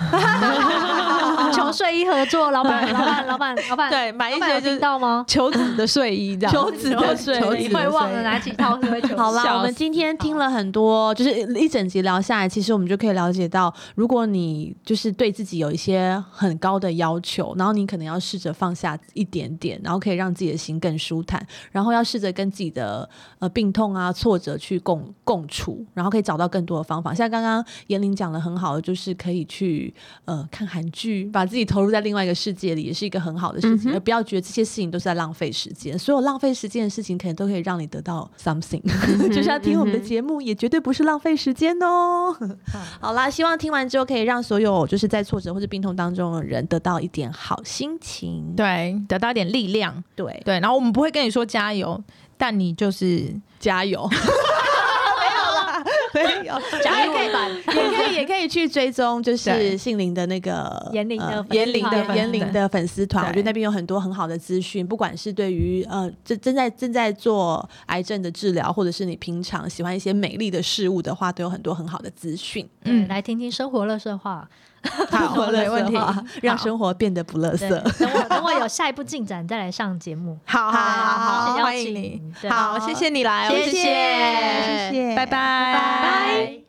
Speaker 2: 求睡衣合作，老板，老板，老板，老板，
Speaker 3: 对，买一
Speaker 2: 老板有
Speaker 3: 些就
Speaker 2: 听
Speaker 3: 是
Speaker 2: 到吗？
Speaker 3: 求子的睡衣 这样，
Speaker 1: 求 子的睡衣
Speaker 3: 求
Speaker 2: 你
Speaker 3: 子
Speaker 2: 会
Speaker 3: 的
Speaker 2: 忘了
Speaker 3: 睡衣。
Speaker 2: 哪几套是会 求？
Speaker 1: 好啦，
Speaker 4: 笑
Speaker 1: 我们
Speaker 4: 死
Speaker 1: 今天听了嗯很多，就是一整集聊下来，其实我们就可以了解到，如果你就是对自己有一些很高的要求，然后你可能要试着放下一点点，然后可以让自己的心更舒坦，然后要试着跟自己的呃病痛啊、挫折去共共处，然后可以找到更多的方法。像刚刚严玲讲的很好的，就是可以去呃看韩剧，把自己投入在另外一个世界里，也是一个很好的事情，而不要觉得这些事情都是在浪费时间。所有浪费时间的事情，可能都可以让你得到 something。就是 要听我们的节目，也绝对不是浪费时间哦。 好啦，希望听完之后可以让所有就是在挫折或者病痛当中的人得到一点好心情。
Speaker 3: 对，得到一点力量。
Speaker 1: 对，
Speaker 3: 对，然后我们不会跟你说加油，但你就是
Speaker 1: 加油！没有啦，没有。
Speaker 2: 加油版，
Speaker 1: 也可以，也可以去追踪，就是
Speaker 3: 对
Speaker 1: 杏林的那个
Speaker 2: 严玲的
Speaker 1: 呃
Speaker 2: 粉丝
Speaker 1: 严玲
Speaker 2: 团
Speaker 1: 的严玲的粉丝团，
Speaker 3: 对
Speaker 1: 我觉得那边有很多很好的资讯，不管是对于呃正正在正在做癌症的治疗，或者是你平常喜欢一些美丽的事物的话，都有很多很好的资讯。
Speaker 2: 嗯，
Speaker 3: 嗯
Speaker 2: 来听听生活乐 色话。
Speaker 1: 好，
Speaker 3: 没问
Speaker 1: 垃
Speaker 3: 题
Speaker 1: 圾话让生活变得不垃圾。
Speaker 2: 对，等我等我有下一步进展再来上节目。
Speaker 3: 好
Speaker 2: 好好
Speaker 3: 好
Speaker 2: 邀
Speaker 3: 欢迎
Speaker 2: 请
Speaker 3: 你
Speaker 2: 对，
Speaker 3: 好，谢谢你来哦，
Speaker 2: 谢谢
Speaker 1: 谢谢
Speaker 3: 拜拜
Speaker 2: 拜。